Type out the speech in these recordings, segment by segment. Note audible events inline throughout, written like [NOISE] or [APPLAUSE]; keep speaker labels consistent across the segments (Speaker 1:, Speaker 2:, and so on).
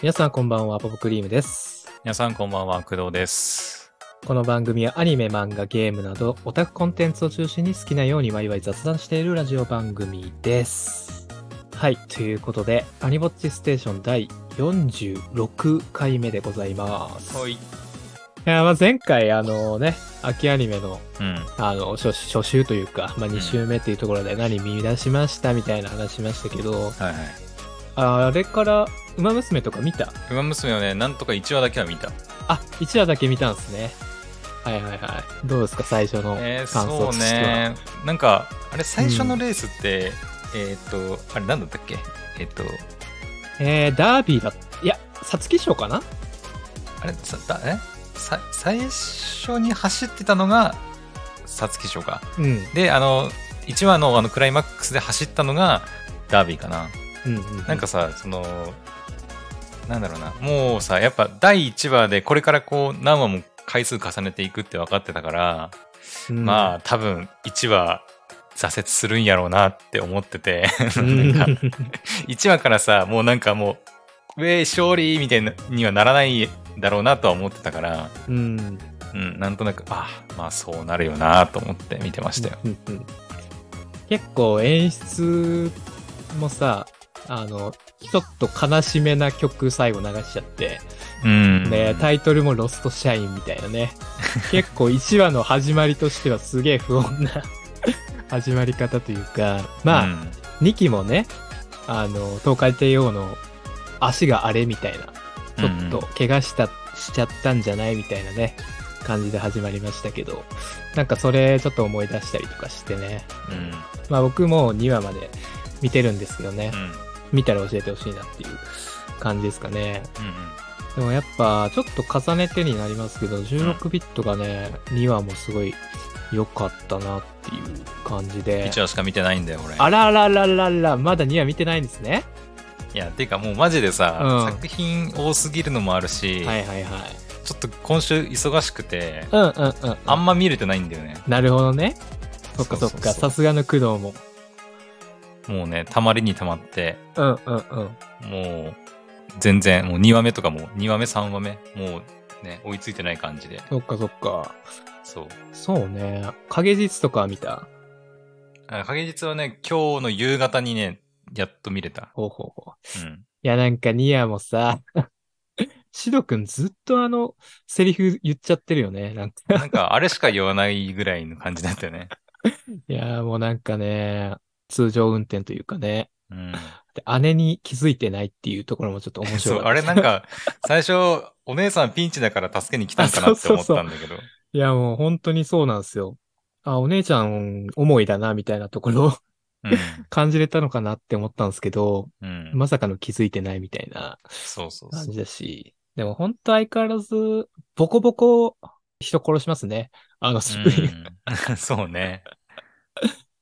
Speaker 1: 皆さんこんばんは、ポポクリームです。
Speaker 2: 皆さんこんばんは、工藤です。
Speaker 1: この番組はアニメ、漫画、ゲームなど、オタクコンテンツを中心に好きなようにワイワイ雑談しているラジオ番組です。はい、ということで、アニボッチステーション第46回目でございます。い
Speaker 2: い。
Speaker 1: や、まあ前回、あのね、秋アニメの、
Speaker 2: うん。
Speaker 1: あの、初初週というか、まあ2週目っていうところで何見出しましたみたいな話しましたけど、
Speaker 2: はいはい。
Speaker 1: あれから、馬娘とか見た
Speaker 2: ウマ娘をね、なんとか1話だけは見た。
Speaker 1: あ、1話だけ見たんですね。はいはいはい。どうですか、最初の
Speaker 2: えー、
Speaker 1: 感
Speaker 2: そ
Speaker 1: 想
Speaker 2: う
Speaker 1: としては。
Speaker 2: ね。なんか、あれ、最初のレースって、えーっ、と、あれ、なんだったっけえーっ、と、
Speaker 1: えー、ダービーだいや、皐月賞かな
Speaker 2: あれ、さ、だえさ最初に走ってたのが、皐月賞か。
Speaker 1: うん。うん
Speaker 2: で、あの、1話のあのクライマックスで走ったのが、ダービーかな。
Speaker 1: うん、うん。
Speaker 2: なんかさ、その、なんだろうな、もうさ、やっぱ第1話でこれからこう何話も回数重ねていくって分かってたから、
Speaker 1: うん、
Speaker 2: まあ多分1話挫折するんやろうなって思ってて、
Speaker 1: うん、
Speaker 2: [LAUGHS] なんか1話からさ、もうなんかもう、ウェイ勝利みたいなにはならないだろうなとは思ってたから、
Speaker 1: うん。
Speaker 2: うん、なんとなく、あ、まあそうなるよなと思って見てましたよ。
Speaker 1: うんうん結構演出もさ、あの、ちょっと悲しめな曲最後流しちゃって、
Speaker 2: うん。
Speaker 1: ね、タイトルもロストシャインみたいな
Speaker 2: [LAUGHS]
Speaker 1: ね。結構1話の始まりとしてはすげえ不穏な [LAUGHS] 始まり方というか、まあ、
Speaker 2: うん
Speaker 1: 2期もね、あの、東海帝王の足が荒れみたいな、ちょっと怪我した、しちゃったんじゃないみたいなね、感じで始まりましたけど、なんかそれちょっと思い出したりとかしてね。
Speaker 2: うんうん
Speaker 1: まあ僕も2話まで見てるんですけどね、
Speaker 2: うん
Speaker 1: 見たら教えてほしいなっていう感じですかね。
Speaker 2: うん
Speaker 1: でもやっぱちょっと重ねてになりますけど、16ビットがね、2話もすごい良かったなっていう感じで。
Speaker 2: 1話しか見てないんだよ、俺。
Speaker 1: あららららら、まだ2話見てないんですね。
Speaker 2: いや、てかもうマジでさ、
Speaker 1: うん
Speaker 2: 作品多すぎるのもあるし、
Speaker 1: はいはいはい。
Speaker 2: ちょっと今週忙しくて、
Speaker 1: うんうんうん。
Speaker 2: あんま見れてないんだよね。
Speaker 1: なるほどね。そっかそっ
Speaker 2: そうそ
Speaker 1: か。
Speaker 2: うそ
Speaker 1: さ
Speaker 2: う
Speaker 1: すがの工藤も。
Speaker 2: もうね、たまりにたまって、
Speaker 1: うんうんうん。
Speaker 2: もう、全然、もう2話目とかも、2話目、3話目、もうね、追いついてない感じで、
Speaker 1: そっかそっか。
Speaker 2: そう。
Speaker 1: そうね。影実とかは見た
Speaker 2: あ影実はね、今日の夕方にね、やっと見れた。
Speaker 1: ほうほうほう。
Speaker 2: うん。
Speaker 1: いやなんかニアもさ、 [LAUGHS] シドくんずっとあの、セリフ言っちゃってるよね。なんか。
Speaker 2: なんか、あれしか言わないぐらいの感じだったよね。
Speaker 1: いやもうなんかね、通常運転というかね。
Speaker 2: うん。
Speaker 1: で姉に気づいてないっていうところもちょっと面
Speaker 2: そ
Speaker 1: 白
Speaker 2: う、
Speaker 1: い。
Speaker 2: あれなんか、最初、お姉さんピンチだから助けに来たんかなって思っ
Speaker 1: [LAUGHS]
Speaker 2: たんだけど。
Speaker 1: いやもう本当にそうなんですよ。あ、お姉ちゃん思いだな、みたいなところを [LAUGHS] 感じれたのかなって思ったんですけど、
Speaker 2: うん。うん。
Speaker 1: まさかの気づいてないみたいな
Speaker 2: そうそうそう
Speaker 1: 感。じだし、でも本当相変わらず、ボコボコ人殺しますね。あのスプリン。
Speaker 2: うん [LAUGHS] そうね。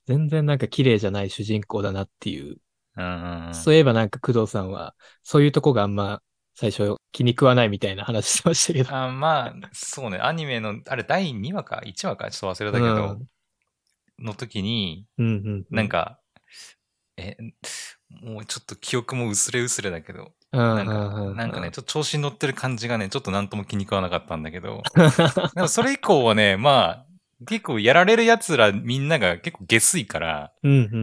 Speaker 1: 全然なんか綺麗じゃない主人公だなっていう。
Speaker 2: うんうんうん。
Speaker 1: そういえばなんか工藤さんは、そういうとこがあんま最初気に食わないみたいな話してましたけど。
Speaker 2: あまあ、そうね。アニメの、あれ、第2話か ?1 話かちょっと忘れたけど、の時に、
Speaker 1: [LAUGHS] うんうんうん。
Speaker 2: なんか、え、もうちょっと記憶も薄れ薄れだけど、
Speaker 1: うんう
Speaker 2: なん
Speaker 1: う
Speaker 2: んか、
Speaker 1: んうん、
Speaker 2: なんかね、ちょっと調子に乗ってる感じがね、ちょっとなんとも気に食わなかったんだ
Speaker 1: [LAUGHS]
Speaker 2: けど、でもそれ以降はね、まあ、結構やられる奴らみんなが結構下水から、
Speaker 1: うんうんう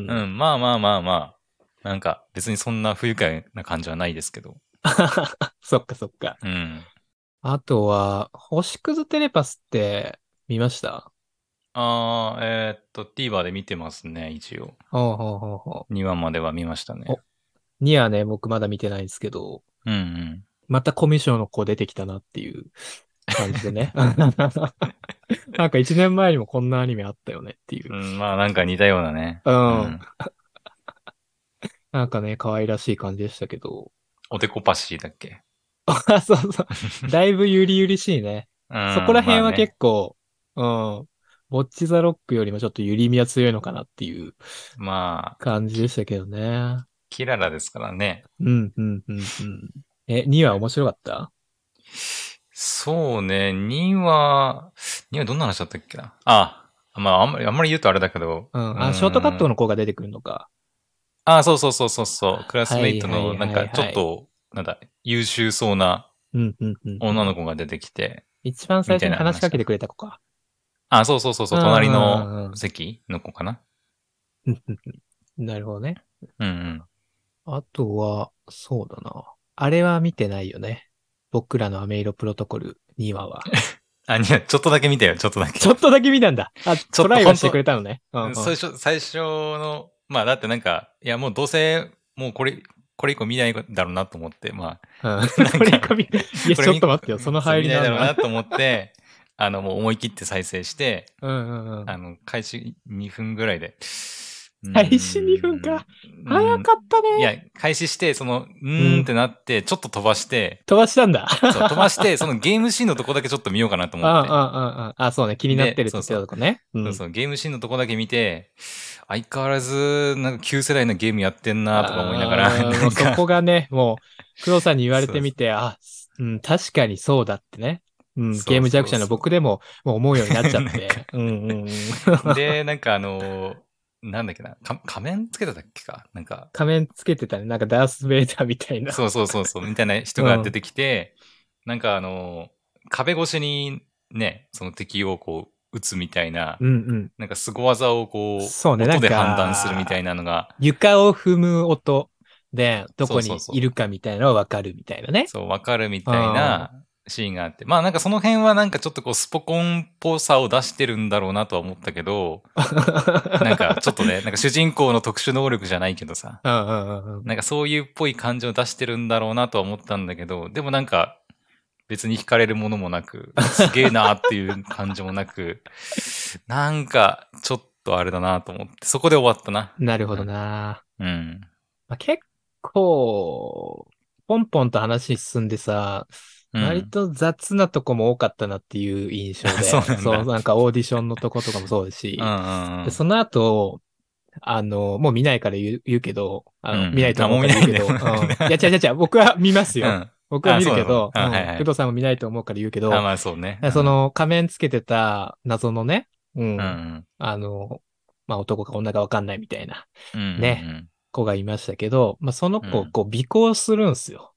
Speaker 1: んうん。
Speaker 2: うん、まあまあまあまあ、なんか別にそんな不愉快な感じはないですけど、
Speaker 1: そっかそっか。
Speaker 2: うん。
Speaker 1: あとは、星屑テレパスって見ました
Speaker 2: ああ、えーっと、TVer で見てますね、一応。
Speaker 1: ほうほうほうほ
Speaker 2: 2話までは見ましたね。
Speaker 1: おう。にはね、僕まだ見てないんですけど、
Speaker 2: うんうん。
Speaker 1: またコミュ障の子出てきたなっていう感じでね。 [LAUGHS] なんか一年前にもこんなアニメあったよねっていうう。
Speaker 2: ん、まあなんか似たようなね。
Speaker 1: うん。
Speaker 2: うん
Speaker 1: なんかね、可愛らしい感じでしたけど。 [LAUGHS]
Speaker 2: おでこパシーだっけ。
Speaker 1: あそうそう。だいぶゆりゆりしいね。
Speaker 2: うん
Speaker 1: そこら辺
Speaker 2: ま
Speaker 1: は
Speaker 2: あね
Speaker 1: 結構、うん。ボッチザロックよりもちょっとゆりみは強いのかなっていう
Speaker 2: まあ、
Speaker 1: 感じでしたけどね。
Speaker 2: キララですからね。
Speaker 1: うん、うん、うん、うん。え、2話面白かった
Speaker 2: そうね、2話、2話どんな話だったっけな。あ、まああんまり、あんまり言うとあれだけど。
Speaker 1: うん。あ、ショートカット
Speaker 2: の。
Speaker 1: の子が出てくるのか。
Speaker 2: あ、そうそうそうそうそう。クラスメイト
Speaker 1: はいは
Speaker 2: の、
Speaker 1: いは
Speaker 2: な
Speaker 1: い
Speaker 2: ん
Speaker 1: はい
Speaker 2: かちょっと、なんだ、優秀そうな
Speaker 1: うんうんうん。
Speaker 2: 女の子が出てきて、
Speaker 1: 一番最初に
Speaker 2: みたいな話
Speaker 1: 話しかけてくれた子か。
Speaker 2: あ、そうそうそうそう、
Speaker 1: うん
Speaker 2: 隣
Speaker 1: うんうんう
Speaker 2: の
Speaker 1: ん
Speaker 2: 席の子かな。
Speaker 1: うんうんうん [LAUGHS] なるほどね。
Speaker 2: うんうん。
Speaker 1: あとは、そうだな。あれは見てないよね。僕らのアメイロプロトコル2話は。
Speaker 2: あ、いや、ちょっとだけ見たよ、ちょっとだ
Speaker 1: [LAUGHS]
Speaker 2: け。
Speaker 1: ちょっとだけ見たんだ。あ、トライはしてくれたのね。うんうん
Speaker 2: 最初、最初の、まあだってなんか、いやもうどうせ、もうこれ、これ以降見ないだろうなと思って、まあ、
Speaker 1: うん取り込み。 [LAUGHS] いや、ち
Speaker 2: これ
Speaker 1: ょっ
Speaker 2: 見
Speaker 1: と待ってよ。その入り
Speaker 2: 見ないだろう
Speaker 1: な
Speaker 2: なと思って、 [LAUGHS] あの、もう思い切って再生して、
Speaker 1: うんうんうん。
Speaker 2: あの、開始2分ぐらいで。
Speaker 1: 開始2分か
Speaker 2: うん。
Speaker 1: 早かった
Speaker 2: い
Speaker 1: ね。
Speaker 2: や、開始して、その、うーんってなって、ちょっと飛ばして、
Speaker 1: 飛ばしたんだ。
Speaker 2: そう飛ばして、そのゲームシーンのとこだけちょっと見ようかなと思って。
Speaker 1: ああああああ、そうね。気になってるって言ってたとこね。う
Speaker 2: そうんそうゲームシーンのとこだけ見て、相変わらず、なんか旧世代のゲームやってんなとか思いながら、
Speaker 1: あー
Speaker 2: な
Speaker 1: も
Speaker 2: ん
Speaker 1: うそ
Speaker 2: か、
Speaker 1: こがね、もう、黒さんに言われてみ
Speaker 2: [LAUGHS]
Speaker 1: て、あ、うん、確かにそうだってね。うん、
Speaker 2: そうそうそう
Speaker 1: ゲーム弱者の僕でも、もう思うようになっちゃっ
Speaker 2: [LAUGHS] なんか
Speaker 1: て。うんうん [LAUGHS] うん。
Speaker 2: で、なんかあのーなんだっけな、か仮面つけてたっけかなんか、
Speaker 1: 仮面つけてたね。なんかダース・ベイダーみたいな。
Speaker 2: そうそうそうそう、みたいな人が出てきて、なんかあのー壁越しにね、その敵をこう、撃つみたいな、
Speaker 1: うん
Speaker 2: なんか凄技をこ
Speaker 1: うん。
Speaker 2: う、
Speaker 1: そうね、な
Speaker 2: 音
Speaker 1: ん
Speaker 2: で
Speaker 1: か。
Speaker 2: 判断するみたいなのが、
Speaker 1: 床を踏む音で、どこ
Speaker 2: そう
Speaker 1: に
Speaker 2: そうそう
Speaker 1: いるかみたいなのはわかるみたいなね。
Speaker 2: そう、わかるみたいなシーンがあって、まあなんかその辺はなんかちょっとこう、スポコンっぽさを出してるんだろうなとは思った
Speaker 1: [LAUGHS]
Speaker 2: けど、なんかちょっとね、なんか主人公の特殊能力じゃないけどさ、
Speaker 1: うんうんうんうん。
Speaker 2: なんかそういうっぽい感じを出してるんだろうなとは思ったんだけど、でもなんか別に惹かれるものもなく、すげえなっていう感じもなく、なんかちょっとあれだなと思って、そこで終わったな。
Speaker 1: なるほどな。
Speaker 2: うん。
Speaker 1: まあ、結構、ポンポンと話進んでさ、
Speaker 2: うん
Speaker 1: 割と雑なとこも多かったなっていう印象で。
Speaker 2: [LAUGHS] そうなんだ
Speaker 1: なんかオーディションのとことかもそうだし
Speaker 2: うん、うんうん
Speaker 1: でその後、あの、もう見ないから言う言うけど、あの
Speaker 2: うん
Speaker 1: 見ないと思うから言うけど、
Speaker 2: あもう見ないんだ
Speaker 1: う
Speaker 2: [LAUGHS]
Speaker 1: んいや、違う違う違う、僕は見ますよ。
Speaker 2: うん
Speaker 1: 僕は見るけど、
Speaker 2: あそうなのあはいはい
Speaker 1: うん工藤さんも見ないと思うから言うけど、
Speaker 2: あ、まあそうね。
Speaker 1: その仮面つけてた謎のね、うん、
Speaker 2: うん、うん
Speaker 1: あの、まあ、男か女かわかんないみたいな
Speaker 2: うん。うん。
Speaker 1: ね。子がいましたけど、まあ、その子
Speaker 2: う
Speaker 1: を
Speaker 2: ん
Speaker 1: こう尾行するんすよ。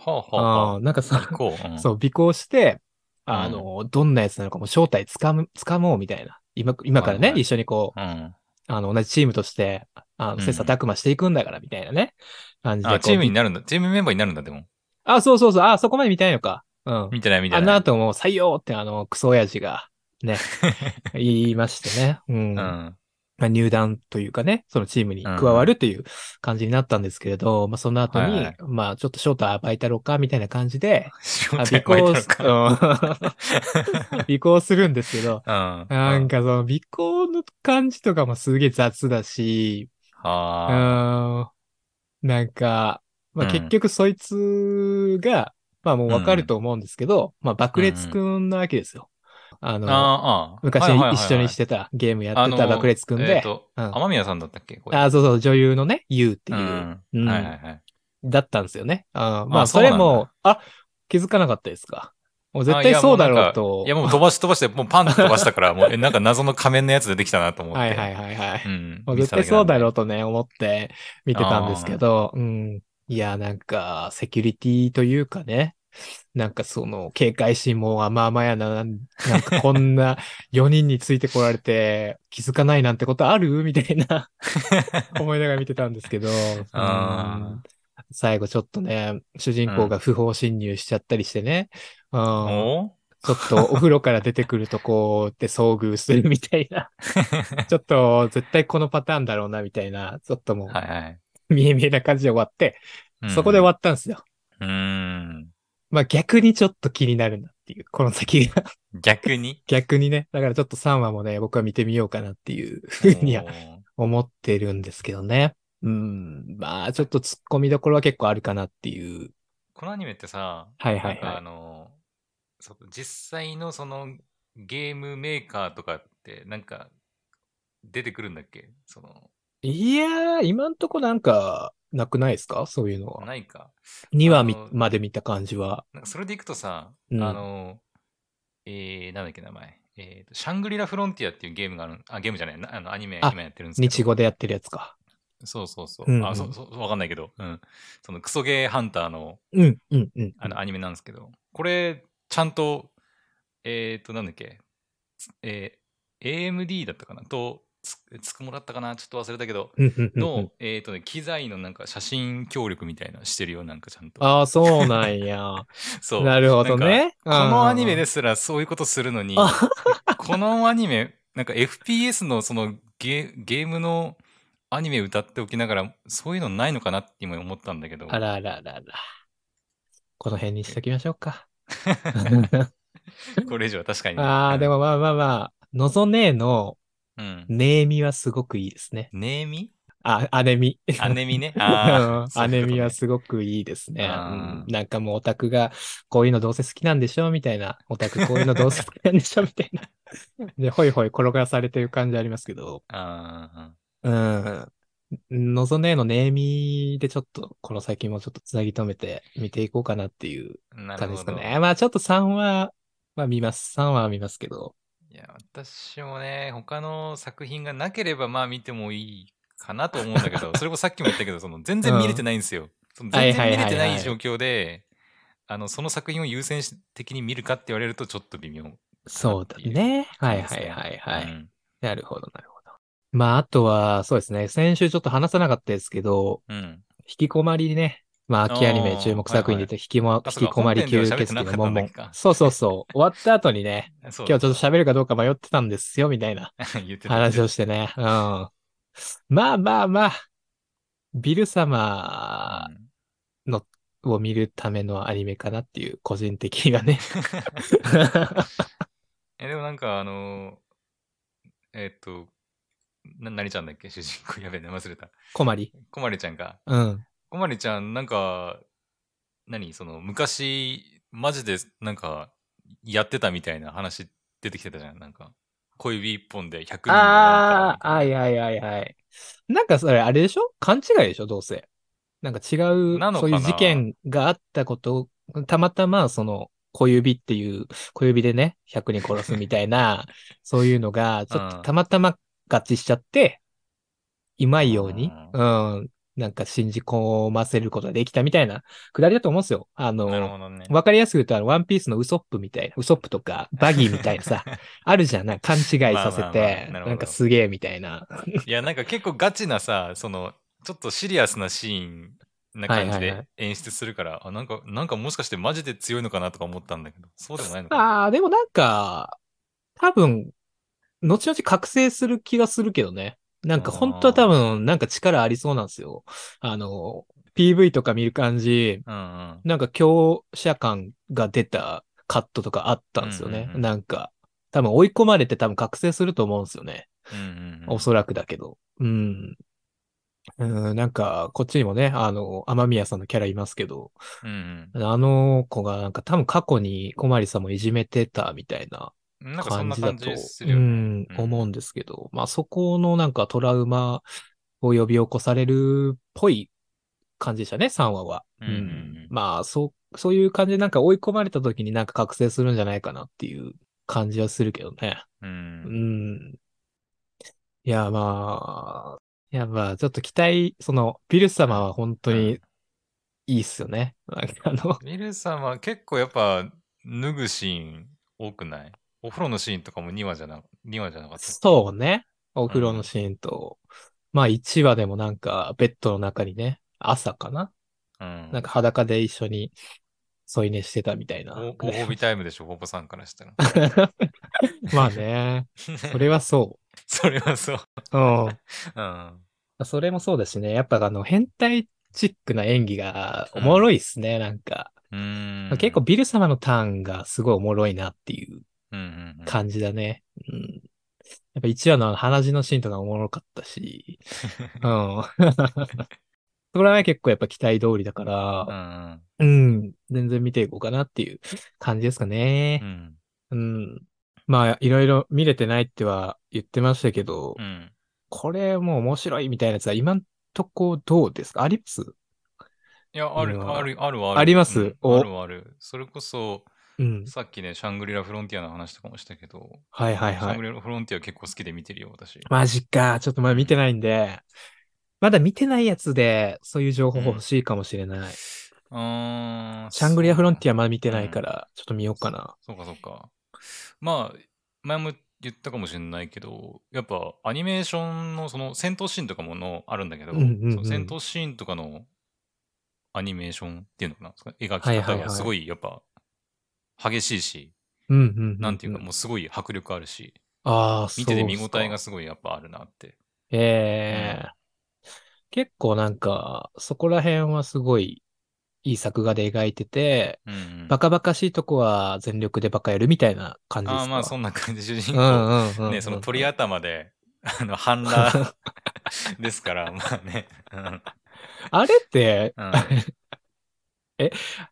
Speaker 2: ほうほう
Speaker 1: あ
Speaker 2: ほ
Speaker 1: あなんかさ
Speaker 2: う。、こう。うん
Speaker 1: そう、尾行して、あの、どんなやつなのかも正体つかむ、つかもうみたいな。今、今から
Speaker 2: はい
Speaker 1: ね、
Speaker 2: はい
Speaker 1: 一緒にこう、
Speaker 2: うん。
Speaker 1: あの、同じチームとして、あ
Speaker 2: うん
Speaker 1: の、切磋琢磨していくんだから、みたいなね。感じでこ
Speaker 2: あ、
Speaker 1: う。
Speaker 2: チームになるんだ。チームメンバーになるんだ、でも。
Speaker 1: あ、そうそうそう。あ、そこまで見たいのか。うん。
Speaker 2: 見てない、見
Speaker 1: あ
Speaker 2: て
Speaker 1: の
Speaker 2: ない。
Speaker 1: 後も、採用って、あの、クソ親父が、ね、
Speaker 2: [LAUGHS]
Speaker 1: 言いましてね。うん。
Speaker 2: う
Speaker 1: ま
Speaker 2: ん。
Speaker 1: あ、入団というかね、そのチームに加わるという感じになったんですけれど、まあ、その後
Speaker 2: はいは
Speaker 1: に
Speaker 2: い、
Speaker 1: まあ、ちょっと正体暴いたろうか、みたいな感じ
Speaker 2: [LAUGHS]
Speaker 1: で、
Speaker 2: 仕
Speaker 1: あ
Speaker 2: 事や
Speaker 1: 尾
Speaker 2: ばいだ
Speaker 1: 行
Speaker 2: ろう
Speaker 1: す、
Speaker 2: か。
Speaker 1: うん [LAUGHS] 尾行するんですけど、
Speaker 2: うん。
Speaker 1: なん
Speaker 2: か、
Speaker 1: かその尾行の感じとかもすげえ雑だし、う
Speaker 2: あ
Speaker 1: ー
Speaker 2: あ。
Speaker 1: んなんか、まあ、
Speaker 2: うん
Speaker 1: 結局そいつが、まあもうわかると思うんですけど、まあ爆裂くんなわけですよ。あの、
Speaker 2: あーあー
Speaker 1: 昔
Speaker 2: はいはいはい
Speaker 1: 一緒にしてた、ゲームやってた爆裂くん
Speaker 2: えー
Speaker 1: で、
Speaker 2: と、
Speaker 1: うん
Speaker 2: 天宮さんだったっけこれ
Speaker 1: あそうそう、女優のね、ゆうっていう、
Speaker 2: う。
Speaker 1: うんん
Speaker 2: はいはいはい。
Speaker 1: だったんですよね。あー
Speaker 2: あ
Speaker 1: まあそれも、あ、気づかなかったですか。もう絶対そうだろうと。
Speaker 2: いやもう飛ばし飛ばして、もうパンと飛ばしたから、もう、え、なんか謎の仮面のやつ出てきたなと思って。
Speaker 1: はいはいはいはい。
Speaker 2: うん。
Speaker 1: もう絶対そうだろ
Speaker 2: う。
Speaker 1: うとね、思って見てたんですけど、うん。いや、なんか、セキュリティというかね、なんかその、警戒心も甘々やな、なんなんかこん
Speaker 2: [LAUGHS]
Speaker 1: な4人についてこられて気づかないなんてことあるみたい
Speaker 2: [LAUGHS]
Speaker 1: な思いながら見てたんですけど、
Speaker 2: あー
Speaker 1: うん最後ちょっとね、主人公が不法侵入しちゃったりしてね、うん
Speaker 2: お
Speaker 1: ちょっとお風呂から出てくるとこで遭遇するみたい
Speaker 2: [LAUGHS]
Speaker 1: な。ちょっと絶対このパターンだろうなみたいな、ちょっとも
Speaker 2: はいはい。
Speaker 1: う見え見えな感じで終わって、
Speaker 2: うん
Speaker 1: そこで終わったんですよ。
Speaker 2: うん。
Speaker 1: まあ逆にちょっと気になるなっていう、この先が。 [LAUGHS]
Speaker 2: 逆に
Speaker 1: 逆にね。だからちょっと3話もね、僕は見てみようかなって [LAUGHS] いうふうには
Speaker 2: おー
Speaker 1: 思ってるんですけどね。うん。まあちょっと突っ込みどころは結構あるかなっていう。
Speaker 2: このアニメってさ、
Speaker 1: はいは
Speaker 2: なん
Speaker 1: い
Speaker 2: か
Speaker 1: は
Speaker 2: あ
Speaker 1: い。
Speaker 2: の、そう実際のそのゲームメーカーとかって、なんか、出てくるんだっけその、
Speaker 1: いやー、今んとこなんか、なくないですかそういうのは。
Speaker 2: ないか。
Speaker 1: 2話み
Speaker 2: あの
Speaker 1: まで見た感じは。
Speaker 2: なんかそれでいくとさ、
Speaker 1: うん
Speaker 2: あの、えー、なんだっけ名前。えーと、シャングリラ・フロンティアっていうゲームがある、あ、ゲームじゃない、なあのアニメ、
Speaker 1: あ
Speaker 2: 今やってるんですけど。
Speaker 1: 日語でやってるやつか。
Speaker 2: そうそうそう。
Speaker 1: うんうん
Speaker 2: あ、そうそう、わかんないけど。うん。そのクソゲーハンターの
Speaker 1: うん、うん、うん。
Speaker 2: あのアニメなんですけど、これ、ちゃんと、えっ、ー、と、なんだっけ、えー AMD だったかなと、つつくもだったかなちょっと忘れたけど、
Speaker 1: うんうんうんうん
Speaker 2: の、えっ、とね、機材のなんか写真協力みたいなのしてるよ、なんかちゃんと。
Speaker 1: ああ、そうなんや。
Speaker 2: [LAUGHS] そう。
Speaker 1: なるほどね。こ
Speaker 2: このアニメですらそういうことするのに
Speaker 1: あ、
Speaker 2: [LAUGHS] このアニメ、なんか FPS のそのゲゲームのアニメ歌っておきながら、そういうのないのかなって今思ったんだけど、
Speaker 1: あらあらあらあら。この辺にしときましょう
Speaker 2: [LAUGHS]
Speaker 1: か。 [LAUGHS]
Speaker 2: これ以上は確かに。
Speaker 1: ああ、でもまあまあまあ、のぞねえの、
Speaker 2: うん。
Speaker 1: ねえみはすごくいいですね。
Speaker 2: ネーミ
Speaker 1: あ、アネミ。
Speaker 2: アネ
Speaker 1: [LAUGHS]
Speaker 2: ミね。
Speaker 1: う
Speaker 2: あ
Speaker 1: ん
Speaker 2: ー
Speaker 1: アネミは
Speaker 2: そう
Speaker 1: すごくいいですね。う
Speaker 2: あ
Speaker 1: ん
Speaker 2: ー
Speaker 1: なんかもうオタクが、こういうのどうせ好きなんでしょみたいな。オタクこういうのどうせ好きなんでしょみたいな。で、ほいほい転がされてる感じありますけど。
Speaker 2: いうことねあ
Speaker 1: うん。のぞねえのネーミでちょっと、この先もちょっとつなぎ止めて見ていこうかなっていう
Speaker 2: ーなる
Speaker 1: 感じで
Speaker 2: ほ
Speaker 1: すか
Speaker 2: ど。
Speaker 1: ね。まあちょっと3話は見ます。3話は見ますけど。
Speaker 2: いや、私もね、他の作品がなければ、まあ見てもいいかなと思うんだ
Speaker 1: [LAUGHS]
Speaker 2: けど、それこそさっきも言ったけど、その全然見れてないんですよ。その全然見れて
Speaker 1: はいは
Speaker 2: ない
Speaker 1: はいはい
Speaker 2: い状況で、あの、その作品を優先し的に見るかって言われるとちょっと微妙。
Speaker 1: そうだね。はいはいはいはい。
Speaker 2: うん。
Speaker 1: なるほどなるほど。まああとは、そうですね。先週ちょっと話さなかったですけど、
Speaker 2: うん。
Speaker 1: 引きこもりね。まあ、秋アニメ注目作品で言うと、引きも、
Speaker 2: あそ
Speaker 1: 引き
Speaker 2: うか
Speaker 1: こもり
Speaker 2: 本編
Speaker 1: 吸
Speaker 2: では喋っ
Speaker 1: 血
Speaker 2: てな
Speaker 1: 鬼
Speaker 2: か
Speaker 1: の
Speaker 2: ったんだっけ
Speaker 1: モンモン
Speaker 2: か。
Speaker 1: そうそうそう。終わった後にね、
Speaker 2: [LAUGHS] そう
Speaker 1: 今日ちょっと喋るかどうか迷ってたんですよ、みたいな
Speaker 2: [LAUGHS] 言ってた。
Speaker 1: 話をしてね。うん。まあまあまあ、ビル様
Speaker 2: うん
Speaker 1: を見るためのアニメかなっていう、個人的なね。
Speaker 2: え、でもなんか、あの、えっと、な、何ちゃんだっけ主人公。やべえ、名前忘れた。
Speaker 1: こまり。
Speaker 2: こまりちゃんか。
Speaker 1: うん。
Speaker 2: こまりちゃん、なんか、何その、昔、マジで、なんか、やってたみたいな話出てきてたじゃん。なんか、小指一本で100人にな
Speaker 1: あ
Speaker 2: った
Speaker 1: あ、はいはいはいはい。なんかそれ、あれでしょ勘違いでしょどうせ。なんか違う
Speaker 2: な、の
Speaker 1: そ
Speaker 2: か
Speaker 1: う
Speaker 2: な
Speaker 1: いう事件があったことを、たまたま、その、小指っていう、小指でね、100人殺すみたい
Speaker 2: [LAUGHS]
Speaker 1: な、そういうのが、ちょっと
Speaker 2: うん
Speaker 1: たまたま合致しちゃって、うまいように、
Speaker 2: う
Speaker 1: うん、なんか信じ込ませることができたみたいな、くだりだと思うんですよ。あ
Speaker 2: みたいななる
Speaker 1: の、
Speaker 2: ほどね。
Speaker 1: わかりやすく言うと、あの、ワンピースのウソップみたいな、ウソップとか、バギーみたいな
Speaker 2: [LAUGHS]
Speaker 1: さ、あるじゃん、なんか勘違いさせ
Speaker 2: まあまあまあな
Speaker 1: て、
Speaker 2: るほど
Speaker 1: なんかすげえみたいな。
Speaker 2: いや、なんか結構ガチなさ、その、ちょっとシリアスなシーンな感じ
Speaker 1: はいはいは
Speaker 2: で演出するから、あ、なんか、なんかもしかしてマジで強いのかなとか思ったんだけど、そうでもないのかな。
Speaker 1: ああ、でもなんか、多分、後々覚醒する気がするけどね。なんか本当は多分、なんか力ありそうなんですよ。あの、PV とか見る感じ、
Speaker 2: うんうん。
Speaker 1: なんか強者感が出たカットとかあったんですよね。
Speaker 2: うんうんうん
Speaker 1: なんか、多分追い込まれて多分覚醒すると思うんですよね。
Speaker 2: うんうんう
Speaker 1: お
Speaker 2: ん、
Speaker 1: そらくだけど。うん。うん、なんか、こっちにもね、あの、雨宮さんのキャラいますけど、
Speaker 2: うん
Speaker 1: あの子がなんか多分過去に小まりさんもいじめてたみたいな
Speaker 2: うん。なんかそ
Speaker 1: 感
Speaker 2: んな
Speaker 1: じだ
Speaker 2: 感
Speaker 1: と、
Speaker 2: じす
Speaker 1: う
Speaker 2: るよね。
Speaker 1: ん、
Speaker 2: うん
Speaker 1: 思うんですけど、まあそこのなんかトラウマを呼び起こされるっぽい感じでしたね、3話は。
Speaker 2: うんうんうん
Speaker 1: まあ、そう、そういう感じでなんか追い込まれた時になんか覚醒するんじゃないかなっていう感じはするけどね。
Speaker 2: う。
Speaker 1: うんん。いや、まあ、いや、まあ、ちょっと期待、その、ビル様は本当にいいっすよね。なんかあの、
Speaker 2: ミルさんは結構やっぱ脱ぐシーン多くないお風呂のシーンとかも2話じゃな2話じゃなかった。
Speaker 1: そうね。お風呂のシーンと、まあ、1話でもなんか、ベッドの中にね、朝かな
Speaker 2: うん。
Speaker 1: なんか裸で一緒に添い寝してたみたいな。
Speaker 2: おご褒美タイ
Speaker 1: [LAUGHS]
Speaker 2: ムでしょ、ボボさんからしたら。 [LAUGHS]
Speaker 1: まあね、それはそ
Speaker 2: それはそう。
Speaker 1: う。うん。
Speaker 2: [LAUGHS] うん。
Speaker 1: それもそうだしね。やっぱあの、変態チックな演技がおもろいっすね、なんか。
Speaker 2: うー
Speaker 1: まあ
Speaker 2: ん
Speaker 1: 結構、ビル様のターンがすごいおもろいなっていう
Speaker 2: うんうんうん、
Speaker 1: 感じだね。うん。やっぱ1話のあの鼻血のシーンとかおもろかった
Speaker 2: [LAUGHS]
Speaker 1: し。うん。 [LAUGHS] そこら辺は結構やっぱ期待通りだか
Speaker 2: う
Speaker 1: ら、
Speaker 2: ん
Speaker 1: うん。全然見ていこうかなっていう感じですか
Speaker 2: う
Speaker 1: ね。
Speaker 2: ん。
Speaker 1: うん。まあ、いろいろ見れてないっては言ってましたけど
Speaker 2: う、ん。
Speaker 1: これもう面白いみたいなやつは今んとこどうですかあります
Speaker 2: いや、ある、ある、ある、ある。
Speaker 1: あります
Speaker 2: うん
Speaker 1: お
Speaker 2: ある、ある。それこそ、
Speaker 1: うん。
Speaker 2: さっきね、シャングリラ・フロンティアの話とかもしたけど、
Speaker 1: はいはい
Speaker 2: シャ
Speaker 1: は
Speaker 2: ン
Speaker 1: い
Speaker 2: グ。リラ・フロンティア結構好きで見てるよ、私。
Speaker 1: マジか。ちょっとまだ見てないんで、まだ見てないやつで、そういう情報欲しいかもしれない。
Speaker 2: うーん。
Speaker 1: シャングリアフロンティ
Speaker 2: ィア。
Speaker 1: アまだ見てないから、ちょっと見ようかな。
Speaker 2: そうかそうか。まあ、前も言ったかもしれないけど、やっぱアニメーションのその戦闘シーンとかものあるんだけど、
Speaker 1: うんうんうん
Speaker 2: その戦闘シーンとかのアニメーションっていうのかな、その描
Speaker 1: はい
Speaker 2: き
Speaker 1: は
Speaker 2: 方
Speaker 1: いはい
Speaker 2: がすごいやっぱ激しいし、
Speaker 1: うんうんうん。
Speaker 2: なんていうかもうすごい迫力あるし、
Speaker 1: ああ、
Speaker 2: 見てて見
Speaker 1: そう
Speaker 2: 応
Speaker 1: っすか
Speaker 2: えがすごいやっぱあるなって。
Speaker 1: ええ結構なんか、そこら辺はすごいいい作画で描いてて、
Speaker 2: うんうん、
Speaker 1: バカバカしいとこは全力でバカやるみたいな感じです
Speaker 2: あ
Speaker 1: か
Speaker 2: あまあそんな感じ、主人
Speaker 1: う
Speaker 2: 公、
Speaker 1: んうんうん
Speaker 2: ね、その鳥頭で、 [LAUGHS] あの、
Speaker 1: [LAUGHS]
Speaker 2: 半裸ですから、まあね。うん
Speaker 1: あれって、
Speaker 2: うん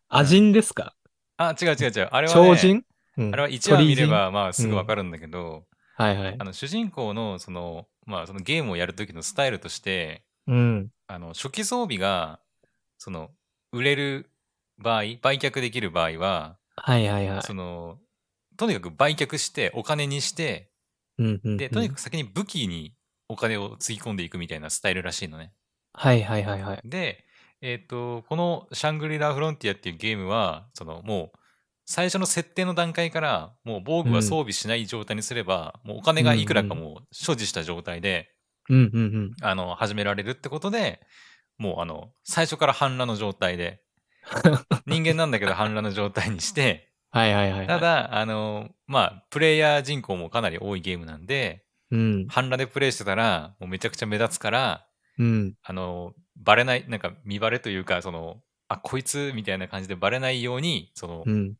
Speaker 1: ア人ですか
Speaker 2: あ、違う違う違う。あれは、ね、
Speaker 1: 超人うん
Speaker 2: あれは1話見れ
Speaker 1: 鳥
Speaker 2: ば、まあ、すぐわかるんだけど、
Speaker 1: はいはい
Speaker 2: あ。の、主人公の、その、まあ、そのゲームをやる時のスタイルとして、
Speaker 1: うん。
Speaker 2: あの、初期装備が、その、売れる場合、売却できる場合は、
Speaker 1: はいはいはい。
Speaker 2: その、とにかく売却して、お金にして、
Speaker 1: うんうんうん
Speaker 2: で、とにかく先に武器にお金をつぎ込んでいくみたいなスタイルらしいのね。
Speaker 1: はいはいはいはい。
Speaker 2: で、えっ、と、このシャングリラ・フロンティアっていうゲームは、そのもう、最初の設定の段階から、もう防具は装備しない状態にすれば、もうお金がいくらかもう所持した状態で、
Speaker 1: うんうんうん。
Speaker 2: あの、始められるってことで、もうあの、最初から半裸の状態 [LAUGHS] で、人間なんだけど半裸の状態にして、
Speaker 1: はいはいはいはい。
Speaker 2: ただ、あの、まあ、プレイヤー人口もかなり多いゲームなんで、
Speaker 1: うん。
Speaker 2: 半裸でプレイしてたら、もうめちゃくちゃ目立つから、
Speaker 1: うん。
Speaker 2: あの、バレない、なんか見バレというか、その、あ、こいつみたいな感じでバレないように、その、
Speaker 1: うん。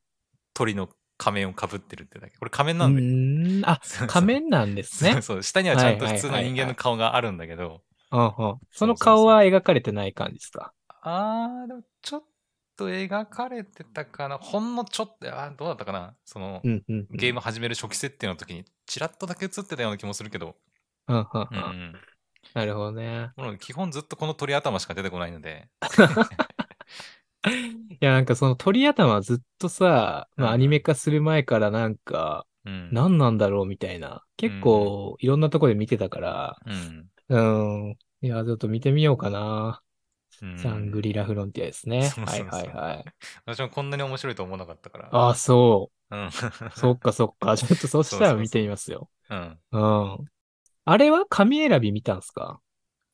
Speaker 2: 鳥の仮面をかぶってるってだけ。これ仮面
Speaker 1: う
Speaker 2: なんで。
Speaker 1: ーん。あ、
Speaker 2: そうそう
Speaker 1: 仮面なんです
Speaker 2: そ
Speaker 1: ね
Speaker 2: う。そう、下にはちゃんと
Speaker 1: はいはいはいはい
Speaker 2: 普通の人間の顔があるんだけど、
Speaker 1: うんうん。その顔は描かれてない感じですか
Speaker 2: あー、でもちょっと描かれてたかな。ほんのちょっと、あーどうだったかな。その、
Speaker 1: うんうんうん。
Speaker 2: ゲーム始める初期設定の時に、ちらっとだけ映ってたような気もするけど、
Speaker 1: うんうん
Speaker 2: う
Speaker 1: うん。
Speaker 2: うんん。
Speaker 1: なるほどね。
Speaker 2: もう基本ずっとこの鳥頭しか出てこないので、
Speaker 1: いや、なんかその鳥頭はずっとさ、ま
Speaker 2: う
Speaker 1: あ
Speaker 2: ん
Speaker 1: アニメ化する前からなんか、
Speaker 2: うん。
Speaker 1: 何なんだろうみたいな。結構いろんなとこで見てたから、
Speaker 2: うん。
Speaker 1: うん。いや、ちょっと見てみようかな。
Speaker 2: うん
Speaker 1: シャングリラフロンティアですね。
Speaker 2: そう
Speaker 1: は
Speaker 2: そ
Speaker 1: いう
Speaker 2: そ
Speaker 1: は
Speaker 2: う
Speaker 1: いはい。
Speaker 2: 私もこんなに面白いと思わなかったから。
Speaker 1: ああ、そ
Speaker 2: うん。
Speaker 1: う。そっかそっか。ちょっとそしたら見てみますよ。
Speaker 2: [LAUGHS] うん。
Speaker 1: うん。あれは紙選び見たんすか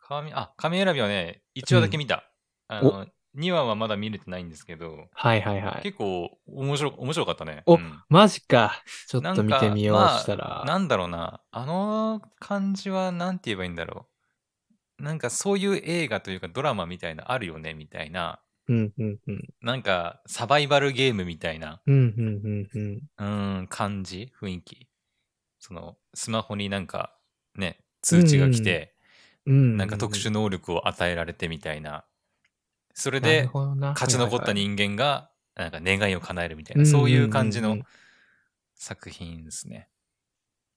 Speaker 2: 紙、あ、紙選びはね、1話だけ見た。あの、2話はまだ見れてないんですけど、
Speaker 1: はいはいはい。
Speaker 2: 結構面白、面白かったね。
Speaker 1: お
Speaker 2: うん
Speaker 1: マジか。ちょっ
Speaker 2: なん
Speaker 1: と見
Speaker 2: か
Speaker 1: てみよ
Speaker 2: ま
Speaker 1: う
Speaker 2: あ
Speaker 1: したら。
Speaker 2: なんだろうな。あの感じはなんて言えばいいんだろう。なんかそういう映画というかドラマみたいなあるよね、みたいな。
Speaker 1: うんうんうん。
Speaker 2: なんかサバイバルゲームみたいな、
Speaker 1: うんうんうんうん。
Speaker 2: うん、感じ、雰囲気。その、スマホになんか、ね、通知が来て、
Speaker 1: うん。
Speaker 2: なんか特殊能力を与えられてみたいな。それ
Speaker 1: なる
Speaker 2: で
Speaker 1: ほどな
Speaker 2: 勝ち残った
Speaker 1: はいはいはい
Speaker 2: 人間がなんか願いを叶えるみたい
Speaker 1: うんう
Speaker 2: な、
Speaker 1: ん
Speaker 2: そういう感じ
Speaker 1: う
Speaker 2: の
Speaker 1: ん
Speaker 2: 作品ですね。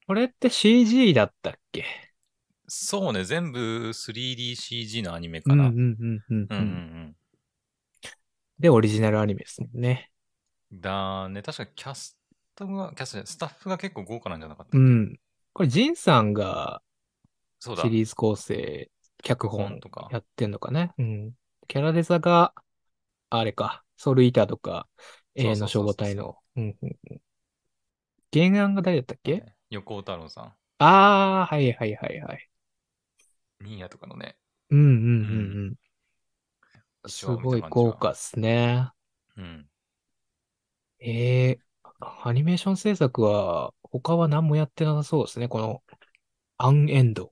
Speaker 1: これって CG だったっけ
Speaker 2: そうね、全部 3DCG のアニメかな。う
Speaker 1: うん
Speaker 2: ん
Speaker 1: うんうんう
Speaker 2: うん
Speaker 1: ん。うん
Speaker 2: うん
Speaker 1: で、オリジナルアニメですもんね。
Speaker 2: だね、確かキャストが、キャストじゃないスタッフが結構豪華なんじゃなかった
Speaker 1: う
Speaker 2: っけ
Speaker 1: ん。これ、ジンさんが
Speaker 2: そうだ
Speaker 1: シ。リーズ構成、脚本
Speaker 2: とか
Speaker 1: や。ってんのかね。うん。キャラデザが、あれか、ソウルイーターとか、永遠の消防隊の。うんうんうん原案が誰だったっけ
Speaker 2: 横尾太郎さ
Speaker 1: ああ、はいはいはいはい。
Speaker 2: ん、ニーヤとかのね。
Speaker 1: うんうんうんうん。す
Speaker 2: 一応
Speaker 1: ごい豪華っすね。
Speaker 2: うん。
Speaker 1: ええアニメーション制作は、他は何もやってなさそうですね。この、アンエンドっ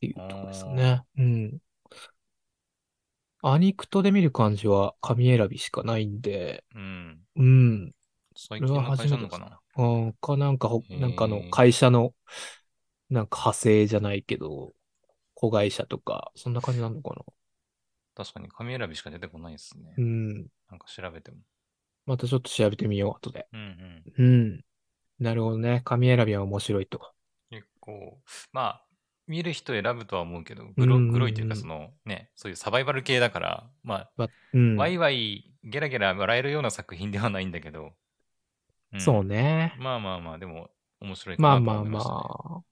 Speaker 1: ていうとこですね。うん。アニクトで見る感じは、紙選びしかないんで、
Speaker 2: うん。
Speaker 1: うん。
Speaker 2: 最
Speaker 1: こ
Speaker 2: 近
Speaker 1: れは
Speaker 2: の
Speaker 1: 初
Speaker 2: 会社
Speaker 1: め
Speaker 2: な
Speaker 1: て
Speaker 2: の
Speaker 1: で
Speaker 2: か
Speaker 1: す
Speaker 2: な。
Speaker 1: うん。か、なんかほ、
Speaker 2: へー
Speaker 1: なんかの会社の、なんか派生じゃないけど、子会社とか、そんな感じなのか
Speaker 2: 確かに紙選びしか出てこないですね。
Speaker 1: な。うん。
Speaker 2: なんか調べても。
Speaker 1: またちょっと調べてみよう、後で。
Speaker 2: うんうん。
Speaker 1: うん。なるほどね。紙選びは面白いと。
Speaker 2: 結構、まあ、見る人選ぶとは思うけど、黒
Speaker 1: うんうんうん
Speaker 2: 黒いというか、そのね、そういうサバイバル系だから、まあ、
Speaker 1: うん。
Speaker 2: ワイワイ、ゲラゲラ笑えるような作品ではないんだけど、うん
Speaker 1: そうね。
Speaker 2: まあまあまあ、でも、面白いか
Speaker 1: まあ
Speaker 2: なと
Speaker 1: まあ
Speaker 2: 思い
Speaker 1: ま
Speaker 2: ま
Speaker 1: あ
Speaker 2: したね。。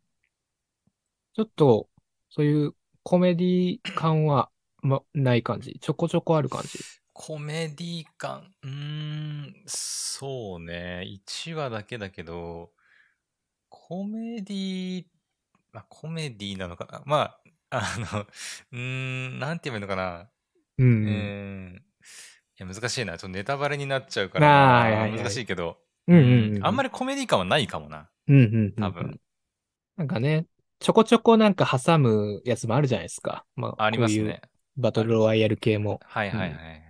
Speaker 1: ちょっと、そういうコメディ感は、ま、ない感じ。ちょこちょこある感じ。
Speaker 2: コメディ感、うーん、そうね、1話だけだけど、コメディ、まあ、コメディなのかなまあ、あの、 [LAUGHS] うーん、なんて言えばいいのかな、
Speaker 1: う。
Speaker 2: うんーん、いや、難しいな。ちょっとネタバレになっちゃうか
Speaker 1: あーはい
Speaker 2: ら、
Speaker 1: はいはい
Speaker 2: 難しいけど、
Speaker 1: うんうんうん。
Speaker 2: あんま
Speaker 1: り、
Speaker 2: りコメディ感はないかもな。
Speaker 1: うんうんうんうん。
Speaker 2: 多分。
Speaker 1: なんかね、ちょこちょこなんか挟むやつもあるじゃないですか。まあ、
Speaker 2: あります
Speaker 1: こういう
Speaker 2: ね。
Speaker 1: バトルロワイヤル系も。
Speaker 2: はいはいはい。
Speaker 1: うん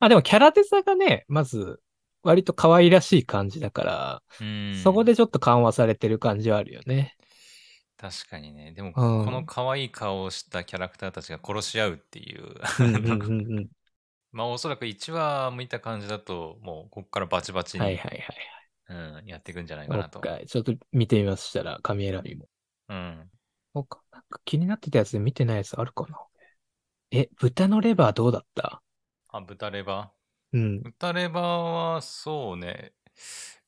Speaker 1: あ、でもキャラデザがね、まず、割と可愛らしい感じだから、
Speaker 2: うん
Speaker 1: そこでちょっと緩和されてる感じはあるよ [LAUGHS] ね。
Speaker 2: 確かにね。でも、こ
Speaker 1: うん
Speaker 2: の可愛い顔をしたキャラクターたちが殺し合うっていう。 [LAUGHS]
Speaker 1: うんうんうんうん。
Speaker 2: まあ、おそらく1話見た感じだと、もう、ここからバチバチに、
Speaker 1: はいはいはい。
Speaker 2: うん、やっていくんじゃないか
Speaker 1: もう
Speaker 2: な
Speaker 1: 一
Speaker 2: と。
Speaker 1: 回、ちょっと見てみましたら、紙選びも。
Speaker 2: うん。
Speaker 1: 他、なんか気になってたやつで見てないやつあるかなえ、豚のレバーどうだった
Speaker 2: あ、豚レバ
Speaker 1: うん
Speaker 2: ー。。豚レバーは、そうね。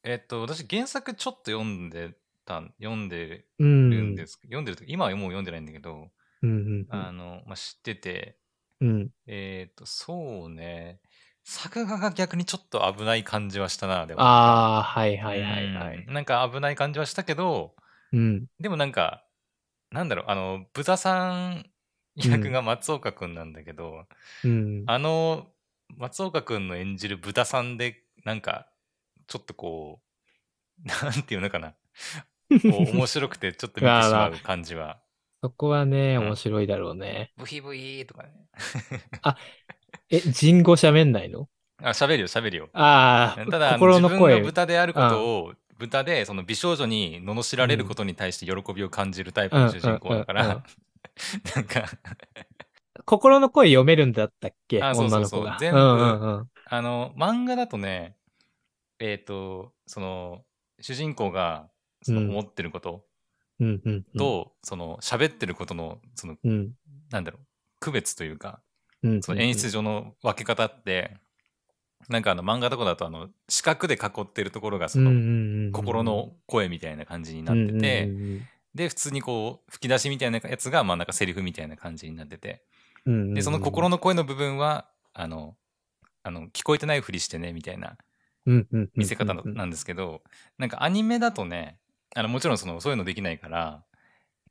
Speaker 2: えっと、私、原作ちょっと読んでたん、読んで
Speaker 1: う
Speaker 2: るん
Speaker 1: ん。
Speaker 2: です、読んでると今はもう読んでないんだけど、
Speaker 1: うんうん
Speaker 2: あの、まあ、知ってて、
Speaker 1: うん。うん。
Speaker 2: えっと、そうね。作画が逆にちょっと危ない感じはしたな、でも。
Speaker 1: ああ、はいはいはいは
Speaker 2: う
Speaker 1: い。
Speaker 2: んなんか危ない感じはしたけど、
Speaker 1: うん。
Speaker 2: でもなんか、なんだろう、あの、ブザさん役が松岡くんなんだけど、
Speaker 1: うん。
Speaker 2: あの、松岡くんの演じるブタさんで、なんか、ちょっとこう、なんていうのか
Speaker 1: [LAUGHS]
Speaker 2: な、こう面白くてちょっと見てし
Speaker 1: まあ [LAUGHS] ま
Speaker 2: ま
Speaker 1: あ
Speaker 2: う感じは。
Speaker 1: そこはね、
Speaker 2: うん
Speaker 1: 面白いだろうね。
Speaker 2: ブヒブヒとかね。
Speaker 1: え、人語喋んないの
Speaker 2: あ、喋るよ、喋るよ。
Speaker 1: ああ、
Speaker 2: ただ、あの
Speaker 1: 心
Speaker 2: 自
Speaker 1: の
Speaker 2: 分が
Speaker 1: 声。
Speaker 2: 豚であることを、豚で、その美少女に罵られることに対して喜びを感じるタイプの主人公だか
Speaker 1: うんうんうん
Speaker 2: ら、 [LAUGHS] なんか、
Speaker 1: 心の声読めるんだったっけ
Speaker 2: あそう
Speaker 1: 女
Speaker 2: そう
Speaker 1: の
Speaker 2: そう
Speaker 1: 子が。
Speaker 2: 全部
Speaker 1: うんうんうん。
Speaker 2: あの、漫画だとね、えっ、と、その、主人公が、その
Speaker 1: うん
Speaker 2: 思ってること
Speaker 1: うんうんうん。
Speaker 2: と、その、喋ってることの、その、
Speaker 1: うん
Speaker 2: なんだろう、区別というか、
Speaker 1: うんうんうん。
Speaker 2: その演出上の分け方って、なんかあの、漫画とかだと、あの、四角で囲ってるところが、その、
Speaker 1: の
Speaker 2: 心の声みたいな感じになってて、で、普通にこう、吹き出しみたいなやつが、まあなんかセリフみたいな感じになってて、で、その心
Speaker 1: の、
Speaker 2: の声の部分は、あの、あの、聞こえてないふりしてね、みたいな
Speaker 1: うんうんうん
Speaker 2: 見せ方の
Speaker 1: うん
Speaker 2: なんですけど、なんかアニメだとね、あのもちろんそのそういうのできないから、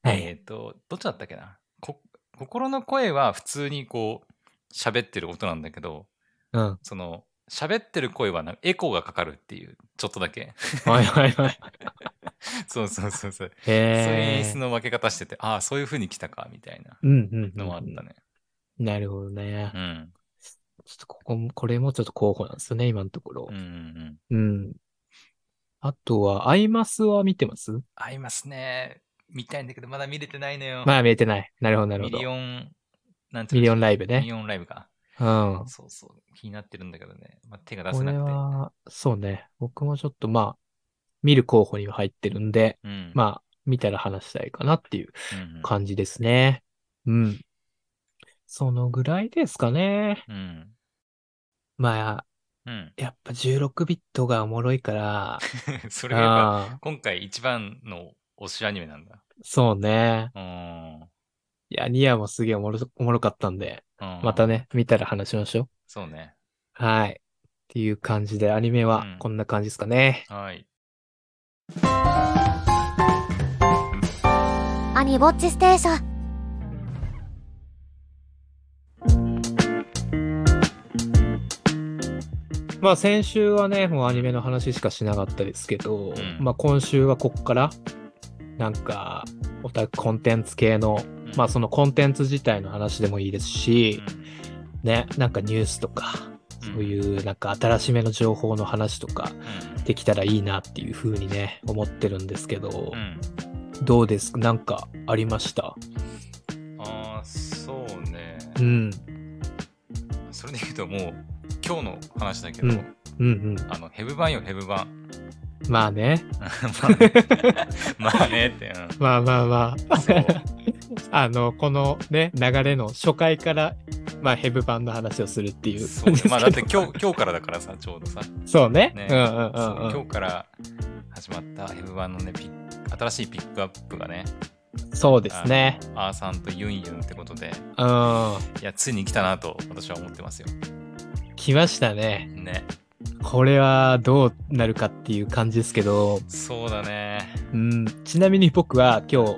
Speaker 1: はい
Speaker 2: えっ、と、どっちだったっけなこ心の声は普通にこう、喋ってる音なんだけど、
Speaker 1: うん。
Speaker 2: その、喋ってる声はなんかエコーがかかるっていう、ちょっとだけ。 [LAUGHS]
Speaker 1: はいはいはい。
Speaker 2: そうそうそうそう。そういう演
Speaker 1: へ
Speaker 2: 出
Speaker 1: え。
Speaker 2: の分け方してて、ああ、そういう風に来たか、みたいな
Speaker 1: うんうんうん。
Speaker 2: のもあったね。
Speaker 1: なるほどね
Speaker 2: う。ん。
Speaker 1: ちょっとここも、これもちょっと候補なんですよね、今のところ
Speaker 2: うんうんう。ん。
Speaker 1: うん。あとは、アイマスは見てます
Speaker 2: 合いますね。見たいんだけど、まだ見れてないの [LAUGHS] よ。
Speaker 1: まあ見えてない。なるほどなるほ
Speaker 2: ミ
Speaker 1: ど
Speaker 2: リ。オン、なんてい
Speaker 1: ミ
Speaker 2: うの
Speaker 1: リオンライブ
Speaker 2: ミ
Speaker 1: ね。
Speaker 2: リオンライブか。
Speaker 1: うん。
Speaker 2: そうそう、気になってるんだけどね。まあ、手が出
Speaker 1: こ
Speaker 2: せな
Speaker 1: れ
Speaker 2: くて。
Speaker 1: は、そうね。僕もちょっとまあ、見る候補には入ってるんで、
Speaker 2: うん、あ、
Speaker 1: まあ、見たら話したいかなっていう
Speaker 2: うんうん
Speaker 1: 感じですね。うん。そのぐらいですかね。
Speaker 2: うん。
Speaker 1: まあ、 [LAUGHS]
Speaker 2: うん。
Speaker 1: やっぱ16ビットがおもろい
Speaker 2: [LAUGHS]
Speaker 1: から、
Speaker 2: それがやっぱ、
Speaker 1: ああ
Speaker 2: 今回一番の推しアニメなんだ。
Speaker 1: そうね。
Speaker 2: うーん。
Speaker 1: いや、ニアもすげえおもろそおもろかったんで、ま
Speaker 2: ま
Speaker 1: た。ね、見たら話しましょう。
Speaker 2: そうね。
Speaker 1: はい。っていう感じで、アニメは
Speaker 2: うん
Speaker 1: こんな感じですかね。
Speaker 2: はい。
Speaker 3: アニボッチステーション
Speaker 1: まあ、先週はね、もうアニメの話しかしなかったですけど、
Speaker 2: ん
Speaker 1: まあ、今週はこっから、なんか、オタクコンテンツ系の、まあ、そ
Speaker 2: の、
Speaker 1: のコンテンツ自体の話でもいいです
Speaker 2: う
Speaker 1: し、
Speaker 2: ん
Speaker 1: ね、なんかニュースとか、
Speaker 2: うん
Speaker 1: そういうなんか新しめの情報の話とか
Speaker 2: うん
Speaker 1: できたらいいなっていう風にね、思ってるんですけど、
Speaker 2: うん。
Speaker 1: どうですかなんかありました
Speaker 2: ああ、そうね。
Speaker 1: うん、
Speaker 2: それで言うと、もう、今日の話だけど、
Speaker 1: うんうん、うん。
Speaker 2: あの、ヘブ版よ、ヘブ版。
Speaker 1: まあね、
Speaker 2: [LAUGHS] まあねまあねって、うん。
Speaker 1: まあまあまあ、
Speaker 2: そう。
Speaker 1: あの、このね、流れの初回から、まあ、ヘブ版の話をするっていう。
Speaker 2: そうねまあだって今
Speaker 1: 日。
Speaker 2: 日今日からだからさちょうどさ、ね
Speaker 1: [LAUGHS] そうね。うん
Speaker 2: そう
Speaker 1: うんうんう
Speaker 2: 今
Speaker 1: ん。
Speaker 2: 日から始まった F1 のねピッ新しいピックアップがね
Speaker 1: そうですね。
Speaker 2: アーさんとユンユンってことで、
Speaker 1: うん。
Speaker 2: いや、ついに来たなと私は思ってますよ。
Speaker 1: 来ましたね。
Speaker 2: ね。
Speaker 1: これはどうなるかっていう感じですけど、
Speaker 2: そうだね。
Speaker 1: うん、ちなみに僕は今日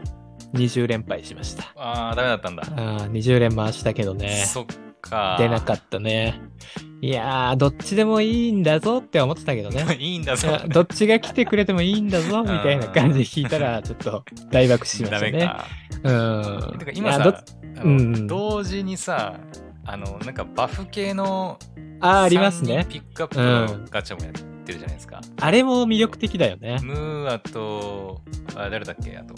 Speaker 1: 20連敗しました。
Speaker 2: ああ、ダメだったんだ。
Speaker 1: あー20連回したけどね。
Speaker 2: そっか。
Speaker 1: 出なかったね。いやー、どっちでもいいんだぞって思ってたけどね。
Speaker 2: [LAUGHS] いいんだ
Speaker 1: い
Speaker 2: ぞ。
Speaker 1: やどっちが来てくれてもいいんだぞみたいな感じで聞いた
Speaker 2: [LAUGHS]
Speaker 1: ら、ちょっと大爆 [LAUGHS] 死しまし
Speaker 2: ダ
Speaker 1: た
Speaker 2: メ
Speaker 1: ね。
Speaker 2: か。
Speaker 1: うん。
Speaker 2: てか今
Speaker 1: いやどっ
Speaker 2: さ、あの
Speaker 1: うん
Speaker 2: 同時にさ、あの、なんかバフ系の
Speaker 1: あー、あります
Speaker 2: 三
Speaker 1: ね
Speaker 2: 人。ピックアップのガチャもやってるじゃないですか。
Speaker 1: あれも魅力的だよね。
Speaker 2: ムーアと、あ誰だっけあと。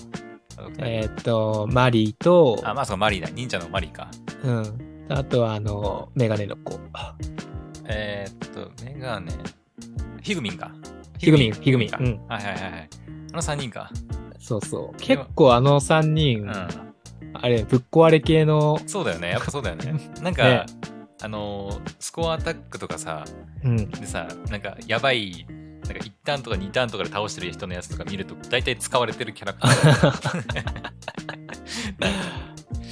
Speaker 2: あと二人
Speaker 1: えーっと、マリーと、
Speaker 2: あ、まあそうか、マリーだ。忍者のマリーか。
Speaker 1: うん。あとは、あの、メガネの子。
Speaker 2: えーっと、メガネ。ヒグミンか。
Speaker 1: ヒグミン、ヒグミン。
Speaker 2: か
Speaker 1: うん。
Speaker 2: はいはいはいはい。あの3人か。
Speaker 1: そうそう。結構あの3人、
Speaker 2: うん。
Speaker 1: あれ、ぶっ壊れ系の、
Speaker 2: そうだよね。やっぱそうだよね。なん
Speaker 1: [LAUGHS]
Speaker 2: か、
Speaker 1: ね
Speaker 2: あのー、スコアアタックとかさ、
Speaker 1: うん。
Speaker 2: でさ、なんか、やばい、なんか1ターンとか2ターンとかで倒してる人のやつとか見ると、大体使われてるキャラクターだよね。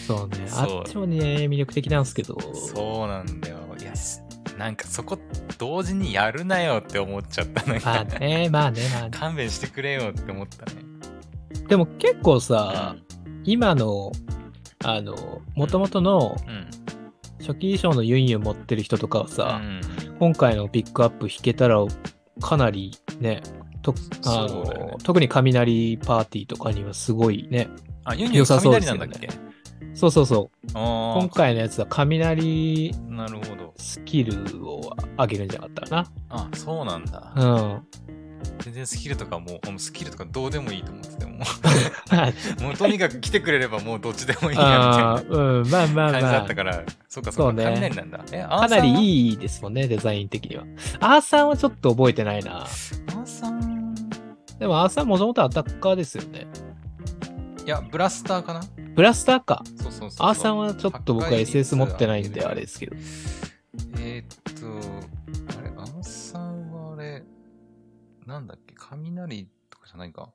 Speaker 1: そうね。あ
Speaker 2: そう
Speaker 1: っちもね、魅力的なんですけど。
Speaker 2: そうなんだよ。いや、すなんかそこ、同時にやるなよって思っちゃった。なん
Speaker 1: まあ
Speaker 2: か、
Speaker 1: ね、まあね、まあね。
Speaker 2: [LAUGHS] 勘弁してくれよって思ったね。
Speaker 1: でも結構さ、今の、あの、もともとの
Speaker 2: うん。
Speaker 1: 初期衣装のユンユン持ってる人とかは
Speaker 2: う
Speaker 1: さ、
Speaker 2: ん
Speaker 1: 今回のピックアップ弾けたら、かなりね、とあ
Speaker 2: そ
Speaker 1: の
Speaker 2: うだよね
Speaker 1: 特に雷パーティーとかにはすごいね。
Speaker 2: あ、ユニオ
Speaker 1: 良
Speaker 2: ン
Speaker 1: さそうで
Speaker 2: 雷
Speaker 1: す
Speaker 2: な
Speaker 1: よね
Speaker 2: んだっけ
Speaker 1: そうそうそう。
Speaker 2: あ
Speaker 1: 今回のやつは雷
Speaker 2: あ、なるほど。
Speaker 1: スキルを上げるんじゃなかったか
Speaker 2: あ、そうなんだ。
Speaker 1: な。
Speaker 2: [LAUGHS] 全然スキルとかもう、もうスキルとかどうでもいいと思ってても [LAUGHS]
Speaker 1: うん。
Speaker 2: う、もうとにかく来てくれればもうどっちでもいいや
Speaker 1: あ
Speaker 2: み
Speaker 1: ーうん、まあま
Speaker 2: た
Speaker 1: あ
Speaker 2: いな感じ
Speaker 1: ま
Speaker 2: だ
Speaker 1: あ
Speaker 2: った。から、そっか
Speaker 1: そ
Speaker 2: そっ
Speaker 1: う
Speaker 2: か、
Speaker 1: ね
Speaker 2: 雷なんだ。え、
Speaker 1: かなり
Speaker 2: い。
Speaker 1: いいですもんね、デザイン的には。アーサーはちょっと覚えてないな。
Speaker 2: アーサー
Speaker 1: でもアーサーもともとアタッカーですよね。
Speaker 2: いや、ブラスターかな
Speaker 1: ブラスターか。
Speaker 2: そうそうそう。
Speaker 1: アーサーはちょっと僕は SS 持ってないんであれですけど。
Speaker 2: えーっと、あれ、アンさんはあれ、なんだっけ、雷とかじゃないか。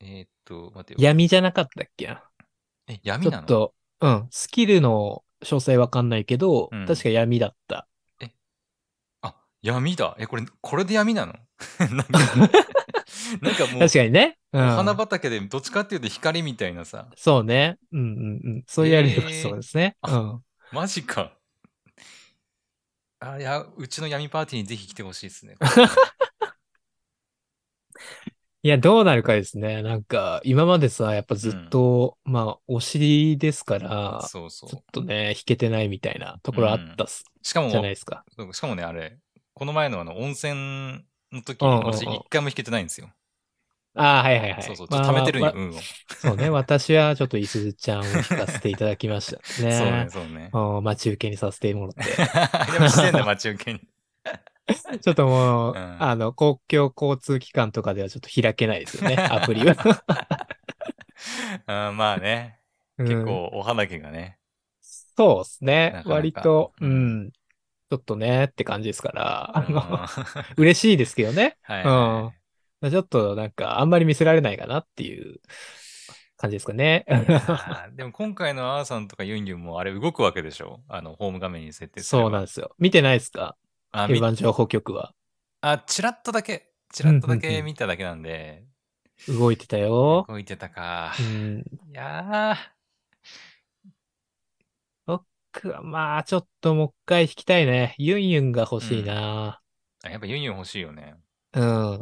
Speaker 2: えーっと、待ってよ。
Speaker 1: 闇じゃなかったっけな
Speaker 2: え、
Speaker 1: ち
Speaker 2: 闇
Speaker 1: ょ
Speaker 2: な
Speaker 1: っ
Speaker 2: の
Speaker 1: と、うん、スキルの詳細わかんないけど、
Speaker 2: うん
Speaker 1: 確か闇だった。
Speaker 2: あ、闇だ。え、これ、これで闇なの [LAUGHS]
Speaker 1: [LAUGHS]
Speaker 2: なんか、なんかもう
Speaker 1: 確、かにね。うん。
Speaker 2: お花畑でどっちかっていうと光みたいなさ。
Speaker 1: そうね。うんうんうん。そうやれば
Speaker 2: へー
Speaker 1: そうですね。う
Speaker 2: あ
Speaker 1: ん。
Speaker 2: マジか。あ、いや、うちの闇パーティーにぜひ来てほし
Speaker 1: [LAUGHS]
Speaker 2: いですね。
Speaker 1: いや、どうなるかですね。なんか、今までさ、やっぱずっと、まあ、お尻ですから、
Speaker 2: そうそ
Speaker 1: ちょっ
Speaker 2: う。
Speaker 1: とね、弾けてないみたいなところあったっす、
Speaker 2: しかも
Speaker 1: じゃ、ないですか。
Speaker 2: そうしかもね、あれ、この前のあの温泉の時
Speaker 1: うんうんうん
Speaker 2: 私一回も弾けてないんですよ。
Speaker 1: ああ、はいはいはい。
Speaker 2: そうそう、ちょ
Speaker 1: ま
Speaker 2: っと溜
Speaker 1: あ
Speaker 2: めてるんよ、
Speaker 1: わ
Speaker 2: 運を。
Speaker 1: そうね、私はちょっといすずちゃんを弾かせていただきま
Speaker 2: [LAUGHS]
Speaker 1: したね。
Speaker 2: そうね、そうね。
Speaker 1: うん待ち受けにさせてもらって。
Speaker 2: [LAUGHS] でもしてんだ、待ち受けに。
Speaker 1: ちょっともう、
Speaker 2: うん
Speaker 1: あの、公共交通機関とかではちょっと開けないです
Speaker 2: [LAUGHS]
Speaker 1: よね、アプリは。
Speaker 2: あーまあね、
Speaker 1: うん
Speaker 2: 結。構お花毛がね。
Speaker 1: そうですね。
Speaker 2: なかなか
Speaker 1: 割と、う。
Speaker 2: うん
Speaker 1: ちょっとね、って感じですから、あ
Speaker 2: うん
Speaker 1: の
Speaker 2: は
Speaker 1: 嬉しいですけどね。
Speaker 2: いはい
Speaker 1: うん
Speaker 2: は。
Speaker 1: ちょっとなんか、あんまり見せられないかなっていう感じですかね。
Speaker 2: い。あーでも今回のアーさんとかユンユンもあれ動くわけでしょあの、ホーム画面に設定すれば
Speaker 1: そうなんですよ。見てないですか
Speaker 2: あ、
Speaker 1: 定
Speaker 2: み
Speaker 1: 番情報局は。
Speaker 2: あ、チラッとだけ、チラッとだ
Speaker 1: うんうんう
Speaker 2: け
Speaker 1: ん
Speaker 2: 見ただけなんで、
Speaker 1: 動いてたよ。
Speaker 2: 動いてたか
Speaker 1: う。ん。
Speaker 2: いや
Speaker 1: くまあ、ちょっともう一回弾きたいね。ユンユンが欲しいな。
Speaker 2: ーあやっぱユンユン欲しいよね。
Speaker 1: うん。
Speaker 2: う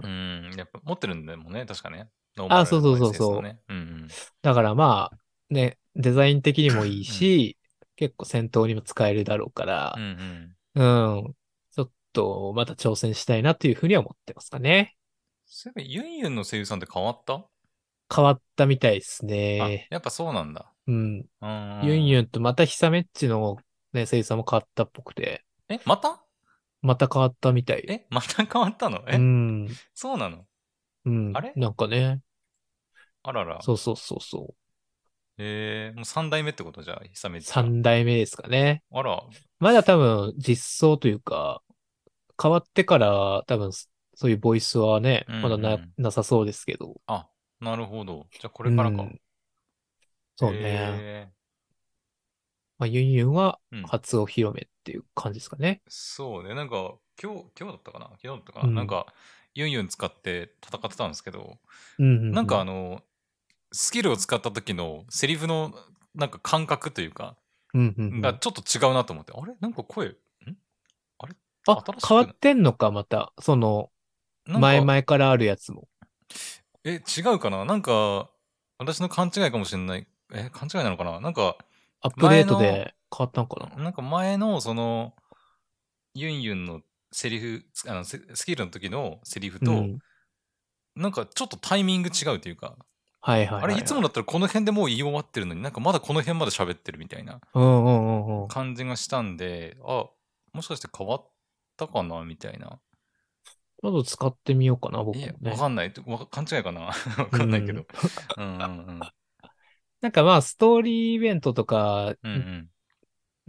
Speaker 2: ん、やっぱ持ってるんだもんね、確かね。
Speaker 1: あそうそうそうそう
Speaker 2: ノーマルの SS のねうんうん。
Speaker 1: だからまあ、ね、デザイン的にもいいし、結構戦闘にも使えるだろうから
Speaker 2: うん、うん、
Speaker 1: うん。ちょっと、また挑戦したいなというふうには思ってますかね。
Speaker 2: そういえば、ユンユンの声優さんって変わった、
Speaker 1: 変わったみたいです
Speaker 2: あ
Speaker 1: ね。
Speaker 2: やっぱそうなんだ。
Speaker 1: うん。
Speaker 2: うん
Speaker 1: ユンユンとまたヒサメッチのね、声優さんも変わったっぽくて、
Speaker 2: え、また
Speaker 1: また変わったみたい。
Speaker 2: え、また変わったのえ、
Speaker 1: うん。
Speaker 2: そうなの
Speaker 1: うん。
Speaker 2: あれ
Speaker 1: なんかね。
Speaker 2: あらら。
Speaker 1: そうそうそうそう。
Speaker 2: えー、もう3代目ってことじゃあ、久めちゃん。
Speaker 1: 三代目ですかね。
Speaker 2: あら、
Speaker 1: まだ多分実装というか、変わってから多分そそういうボイスはね、
Speaker 2: うんうん
Speaker 1: まだな、なさそうですけど。
Speaker 2: あ、なるほど。じゃあこれからか。
Speaker 1: うんそうね。
Speaker 2: へー
Speaker 1: まあ、ユンユンは
Speaker 2: うん
Speaker 1: 初お披露目っていう感じですかね。
Speaker 2: そうね、なんか、今日、今日だったかな昨日だったかな、
Speaker 1: うん
Speaker 2: なんか、ユンユン使って戦ってたんですけど、
Speaker 1: うんうう
Speaker 2: なんかあの、スキルを使った時のセリフの、なんか感覚というか、
Speaker 1: うんうんうん
Speaker 2: がちょっと違うなと思って、あれなんか声、んあれ
Speaker 1: あ
Speaker 2: 新し、く
Speaker 1: 変わってんのか、また。その、
Speaker 2: なんか
Speaker 1: 前々からあるやつも。
Speaker 2: え、違うかななんか、私の勘違いかもしれない。え、勘違いなのかななんか、
Speaker 1: アップデートで変わったのかな
Speaker 2: なんか前のその、ユンユンのセリフ、あのセスキルの時のセリフと、
Speaker 1: うん
Speaker 2: なんかちょっとタイミング違うというか、
Speaker 1: はいはいは
Speaker 2: あれいつもだったらこの辺でもう言い終わってるのになんかまだこの辺まで喋ってるみたいな
Speaker 1: うんうんうんうん。
Speaker 2: 感じがしたんで、あ、もしかして変わったかなみたいな。
Speaker 1: ちょっと使ってみようかな、僕
Speaker 2: い
Speaker 1: も
Speaker 2: や、
Speaker 1: ね
Speaker 2: わ。かんない。わ勘違いかな [LAUGHS] わかんないけど。うんうんうん。
Speaker 1: なんかまあ、ストーリーイベントとか、
Speaker 2: うんうん。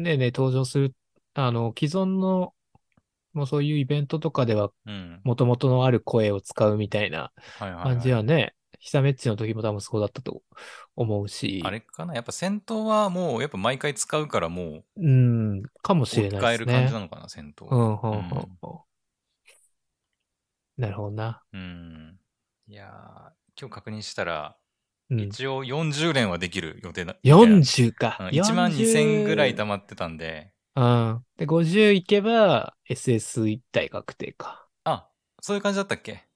Speaker 1: ねね、登場する、あの、既存の、もうそういうイベントとかでは、
Speaker 2: うん。
Speaker 1: 元々のある声を使うみたいな
Speaker 2: はいはい、
Speaker 1: 感じ
Speaker 2: は
Speaker 1: は
Speaker 2: い。
Speaker 1: ね、ひさめっちの時も多分そうだったと思うし、
Speaker 2: あれかなやっぱ戦闘はもうやっぱ毎回使うからも
Speaker 1: うん、かも
Speaker 2: う
Speaker 1: しれ
Speaker 2: 使
Speaker 1: な
Speaker 2: え
Speaker 1: いで
Speaker 2: る
Speaker 1: すね。
Speaker 2: 感じなのかな戦闘。
Speaker 1: うん、うん、うん
Speaker 2: うん。
Speaker 1: なるほどな。
Speaker 2: うん。いやー、今日確認したら、
Speaker 1: うん。
Speaker 2: 一応40連はできる予定だ。
Speaker 1: 40か。
Speaker 2: 1万2000ぐらい
Speaker 1: だ。
Speaker 2: 溜まってたんで、
Speaker 1: うん。で、50いけば、SS1 体確定か。
Speaker 2: あ、そういう感じだったっけ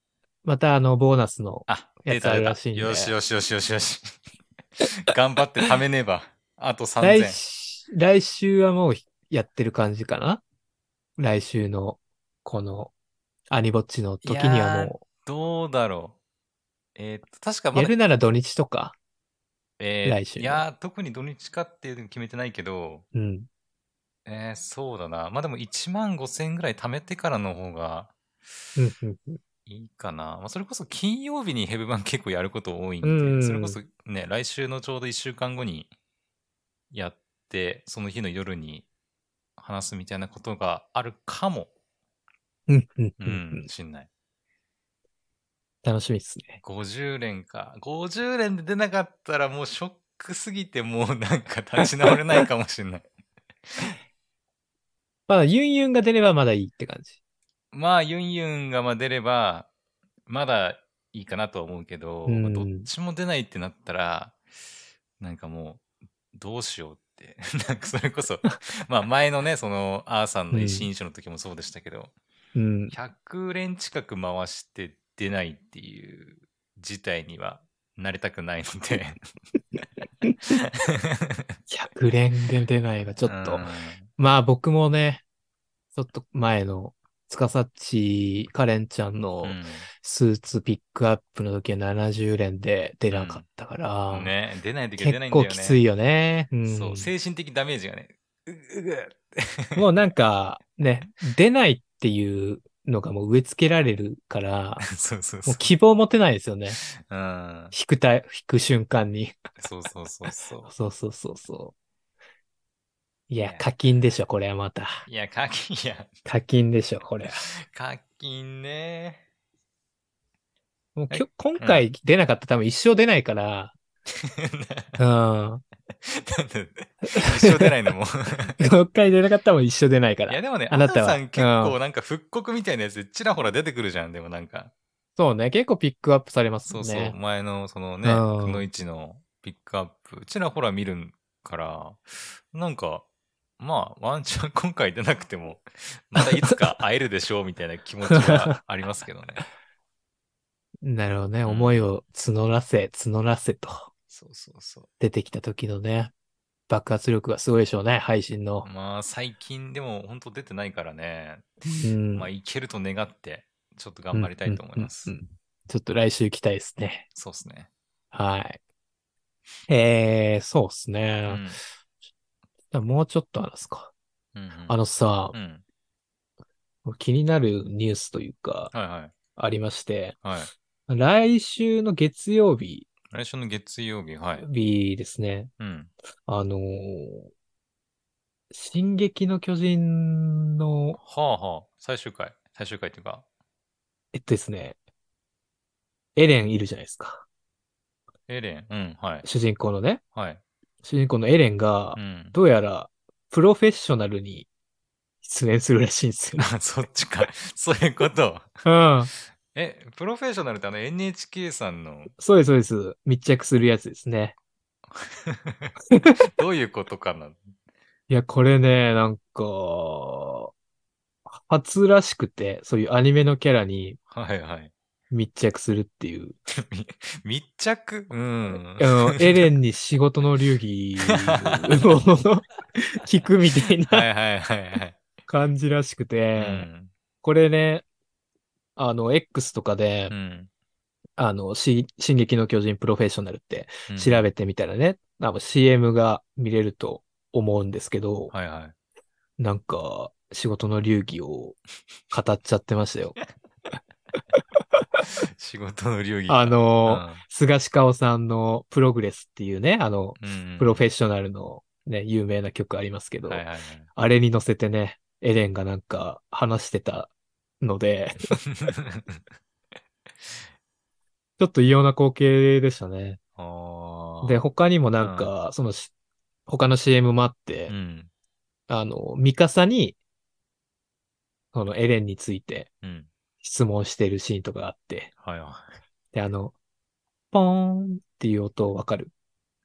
Speaker 1: また、あの、ボーナスの、
Speaker 2: あ、
Speaker 1: や
Speaker 2: 出
Speaker 1: つあ
Speaker 2: た
Speaker 1: る
Speaker 2: 出た
Speaker 1: らしいんで
Speaker 2: よしよしよしよしよし。 [LAUGHS] 頑張って貯めねば。あと
Speaker 1: 来
Speaker 2: 3000。
Speaker 1: し来週はもうやってる感じかな来週の、この、アニぼっちの時にはも
Speaker 2: どうだろう。えーっと、確か
Speaker 1: う、
Speaker 2: ま
Speaker 1: や
Speaker 2: だ
Speaker 1: る、なら土日とか。
Speaker 2: えー
Speaker 1: 来週
Speaker 2: いやー、特に土日かっていうの決めてないけど、
Speaker 1: うん。
Speaker 2: えー、そうだな。まあでも1万5000ぐらい貯めてからの方が
Speaker 1: うんうん
Speaker 2: いいかな。まあそれこそ金曜日にヘブ版結構やること多い
Speaker 1: う
Speaker 2: んで、
Speaker 1: ん
Speaker 2: それこそね、来週のちょうど1週間後にやって、その日の夜に話すみたいなことがあるかも。
Speaker 1: うんうん
Speaker 2: う、
Speaker 1: うんん。
Speaker 2: しんない。
Speaker 1: 楽しみですね。
Speaker 2: 50連か。50連で出なかったらもうショックすぎてもうなんか立ち直れないかもしんない。
Speaker 1: まあ、ユンユンが出ればまだいいって感じ。
Speaker 2: まあ、ユンユンがまあ出れば、まだいいかなとは思うけど、
Speaker 1: うん
Speaker 2: まあどっちも出ないってなったら、なんかもう、どうしようって。 [LAUGHS] なんかそれこそ、 [LAUGHS] まあ前のね、その、アーさんの一心一緒の時もそうでしたけど、
Speaker 1: うん。
Speaker 2: 100連近く回して出ないっていう事態にはなれたくないので。
Speaker 1: 100連で出ないが、ちょっと
Speaker 2: うん。
Speaker 1: まあ僕もね、ちょっと前の、つかさっち、カレンちゃんのスーツピックアップの時は70連で出なかったから、
Speaker 2: うんね、出ない時は出
Speaker 1: 結
Speaker 2: ないんだよ
Speaker 1: 構
Speaker 2: ね。
Speaker 1: きついよね。うん
Speaker 2: そう、精神的ダメージがね、ううぐ [LAUGHS]
Speaker 1: もうなん [LAUGHS] かね、出ないっていうのがもう植え付けられる [LAUGHS] から、
Speaker 2: そうそうそ
Speaker 1: もう
Speaker 2: う。
Speaker 1: 希望持てないですよね。
Speaker 2: うん。
Speaker 1: 引くた、引く瞬間に。
Speaker 2: そうそうそうそ
Speaker 1: そうそうそうそう。いや
Speaker 2: ね、
Speaker 1: 課金でしょ、これはまた。
Speaker 2: う。いや、課金、いや、
Speaker 1: 課金でしょ、これは。
Speaker 2: 課金ね。
Speaker 1: もうきょ
Speaker 2: え
Speaker 1: 今回出なかったら多分一生出ないから、 [LAUGHS] うん。
Speaker 2: なんで一生出ないのも。
Speaker 1: 今回出なかったらもう一生出ないか
Speaker 2: いや、
Speaker 1: ら。
Speaker 2: でもね、
Speaker 1: あ
Speaker 2: あ
Speaker 1: な
Speaker 2: な
Speaker 1: た
Speaker 2: た
Speaker 1: は
Speaker 2: さん結構なんか復刻みたいなやつでちらほら出てくるじゃん、でもなんか。
Speaker 1: そうね、結構ピックアップされます
Speaker 2: そ
Speaker 1: もん
Speaker 2: う
Speaker 1: ね。
Speaker 2: そう、前のそのね、
Speaker 1: うん
Speaker 2: くのいちのピックアップ、ちらほら見るから、なんか、まあ、ワンチャン今回出なくても、またいつか会えるでしょうみたいな気持ちはありますけどね。
Speaker 1: なるほどね、
Speaker 2: ん
Speaker 1: 思いを募らせ、募らせと。
Speaker 2: そうそうそう。
Speaker 1: 出てきた時のね、爆発力がすごいでしょうね、配信の。
Speaker 2: まあ、最近でも本当出てないからね、
Speaker 1: うん
Speaker 2: まあ、いけると願って、ちょっと頑張りたいと思います。
Speaker 1: うんうんうんうんちょっと来週行きたいですね。
Speaker 2: そうですね。
Speaker 1: はい。えー、そうです
Speaker 2: うん
Speaker 1: ね。じゃあもうちょっと話すか。
Speaker 2: うんうん
Speaker 1: あのさ
Speaker 2: う、ん。
Speaker 1: 気になるニュースというか、
Speaker 2: はいはい。
Speaker 1: ありまして、
Speaker 2: はい。
Speaker 1: 来週の月曜日、
Speaker 2: 来週の月曜日、はい。
Speaker 1: 日ですね、
Speaker 2: うん。
Speaker 1: あのー進撃の巨人の
Speaker 2: は、あはあ、最終回。最終回っていうか、
Speaker 1: えっとですね、エレンいるじゃないですか。
Speaker 2: エレン。うん、はい。
Speaker 1: 主人公のね、
Speaker 2: はい。
Speaker 1: 主人公のエレンが
Speaker 2: う、ん。 [LAUGHS]
Speaker 1: どうやら、プロフェッショナルに出演するらしいんですよ。
Speaker 2: あそっちか。そう [LAUGHS] いうこと。
Speaker 1: うん。
Speaker 2: え、プロフェッショナルってあの NHK さんの、 [LAUGHS]
Speaker 1: そうです、そうです。密着するやつですね。
Speaker 2: どういうことかな
Speaker 1: いや、これね、なんか、初らしくて、そういうアニメのキャラに
Speaker 2: はいはい。
Speaker 1: 密着するっていう。
Speaker 2: 密着うん。
Speaker 1: あの、エレンに仕事の流
Speaker 2: [LAUGHS]
Speaker 1: 儀を聞くみたい
Speaker 2: は
Speaker 1: ない
Speaker 2: はいはいはい。
Speaker 1: 感じらしく
Speaker 2: う
Speaker 1: て、
Speaker 2: ん。
Speaker 1: これね、あの、X とかで、
Speaker 2: うん
Speaker 1: あの、し進撃の巨人プロフェッショナルって
Speaker 2: うん
Speaker 1: 調べてみたらね、あの CM が見れると思うんですけど、
Speaker 2: はいはい。
Speaker 1: なんか、仕事の流儀を語っちゃってました
Speaker 2: [LAUGHS]
Speaker 1: よ。
Speaker 2: 仕事の流儀。
Speaker 1: あの、
Speaker 2: の、
Speaker 1: 菅氏香さんのプログレスっていうね、あの、
Speaker 2: うん
Speaker 1: プロフェッショナルのね、有名な曲ありますけど、
Speaker 2: はいはいはい。
Speaker 1: あれに乗せてね、エレンがなんか話してたので、 [LAUGHS] ちょっと異様な光景でしたね。
Speaker 2: あー
Speaker 1: で、、他にもなんか、そのし、他の CM もあって、
Speaker 2: うん。
Speaker 1: あの、ミカサに、そのエレンについて
Speaker 2: うん。
Speaker 1: 質問してるシーンとかがあって、
Speaker 2: はいはい。
Speaker 1: で、あの、ポーンっていう音わかる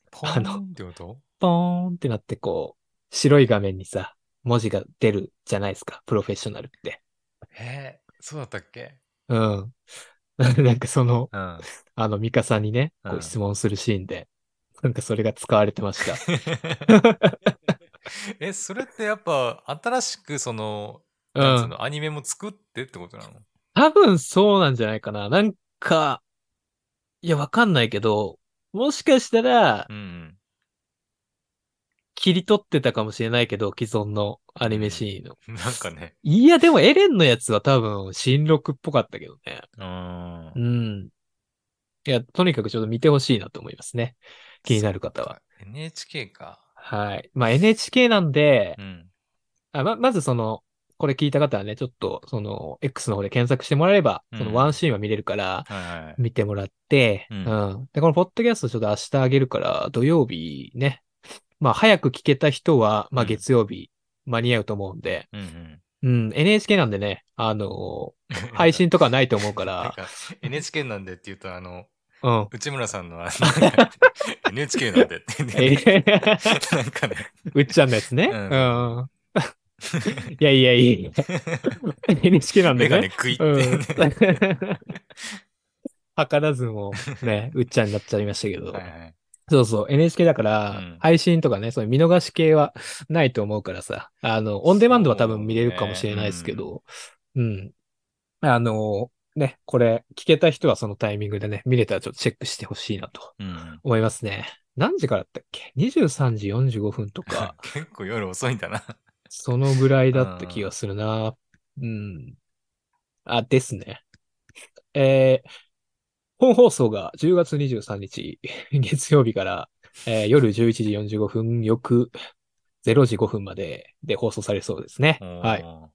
Speaker 2: ポ
Speaker 1: あの
Speaker 2: ンってこと
Speaker 1: ポーンってなってこう、白い画面にさ、文字が出るじゃないですか、プロフェッショナルって。
Speaker 2: えー、そうだったっけ
Speaker 1: うん。 [LAUGHS] なんかその、
Speaker 2: うん。
Speaker 1: あの、ミカさんにね、こ
Speaker 2: うん
Speaker 1: う質問するシーンで、なんかそれが使われてました。
Speaker 2: [LAUGHS] え、それってやっぱ新しくその、
Speaker 1: う。
Speaker 2: [LAUGHS] なんつうんのアニメも作ってってことなの
Speaker 1: 多分そうなんじゃないかな。なんか、いや、わかんないけど、もしかしたら
Speaker 2: う、ん
Speaker 1: 切り取ってたかもしれないけど、既存のアニメシーンの。
Speaker 2: うん。なんかね。
Speaker 1: いや、でもエレンのやつは多分、新録っぽかったけどね。
Speaker 2: うーん
Speaker 1: う。ん。いや、とにかくちょっと見てほしいなと思いますね。気になる方は。
Speaker 2: そっか。NHK か。
Speaker 1: はい。まあ、NHK なんで、
Speaker 2: うん。
Speaker 1: あま、まずその、これ聞いた方はね、ちょっと、その、X の方で検索してもらえれば、
Speaker 2: うん
Speaker 1: そのワンシーンは見れるから、
Speaker 2: はいはい。
Speaker 1: 見てもらって、
Speaker 2: う
Speaker 1: うんん、で、このポッドキャストちょっと明日あげるから、土曜日ね、まあ、早く聞けた人は、ま
Speaker 2: う
Speaker 1: あ、
Speaker 2: ん
Speaker 1: 月曜日、間に合うと思うんで、
Speaker 2: うん
Speaker 1: う
Speaker 2: うん。
Speaker 1: ん、NHK なんでね、あのー [LAUGHS] 配信とかないと思うか
Speaker 2: なん
Speaker 1: ら、
Speaker 2: か NHK なんでって言うと、あの、
Speaker 1: うん。
Speaker 2: 内村さんのあのなんか NHK なん
Speaker 1: [LAUGHS]
Speaker 2: でって
Speaker 1: [LAUGHS] え
Speaker 2: ね。
Speaker 1: ー
Speaker 2: [LAUGHS] なんかね。
Speaker 1: うっちゃんのやつね。
Speaker 2: う
Speaker 1: うんん。 [LAUGHS] いやいやい
Speaker 2: [LAUGHS]
Speaker 1: や NHK なん
Speaker 2: メ
Speaker 1: で
Speaker 2: ガ
Speaker 1: ね
Speaker 2: ネ。食いって
Speaker 1: う
Speaker 2: ね
Speaker 1: ん。 [LAUGHS] 図らずも、ね、うっちゃんになっちゃいましたけど。
Speaker 2: はいはい。
Speaker 1: そうそう、NHK だから、
Speaker 2: うん
Speaker 1: 配信とかね、そういう見逃し系はないと思うからさ、あの、オンデマンドは多分見れるかもしれないですけど、うん、あの、ね、これ、聞けた人はそのタイミングでね、見れたらちょっとチェックしてほしいなと
Speaker 2: うん。、
Speaker 1: 思いますね。何時からだったっけ ?23 時45分とか
Speaker 2: 結構夜遅いんだな。
Speaker 1: そのぐらいだった気がするな。うん。あ、ですね。えー本放送が10月23日、 [LAUGHS] 月曜日から、えー夜11時45分、翌0時5分までで放送されそうですね。はい。
Speaker 2: お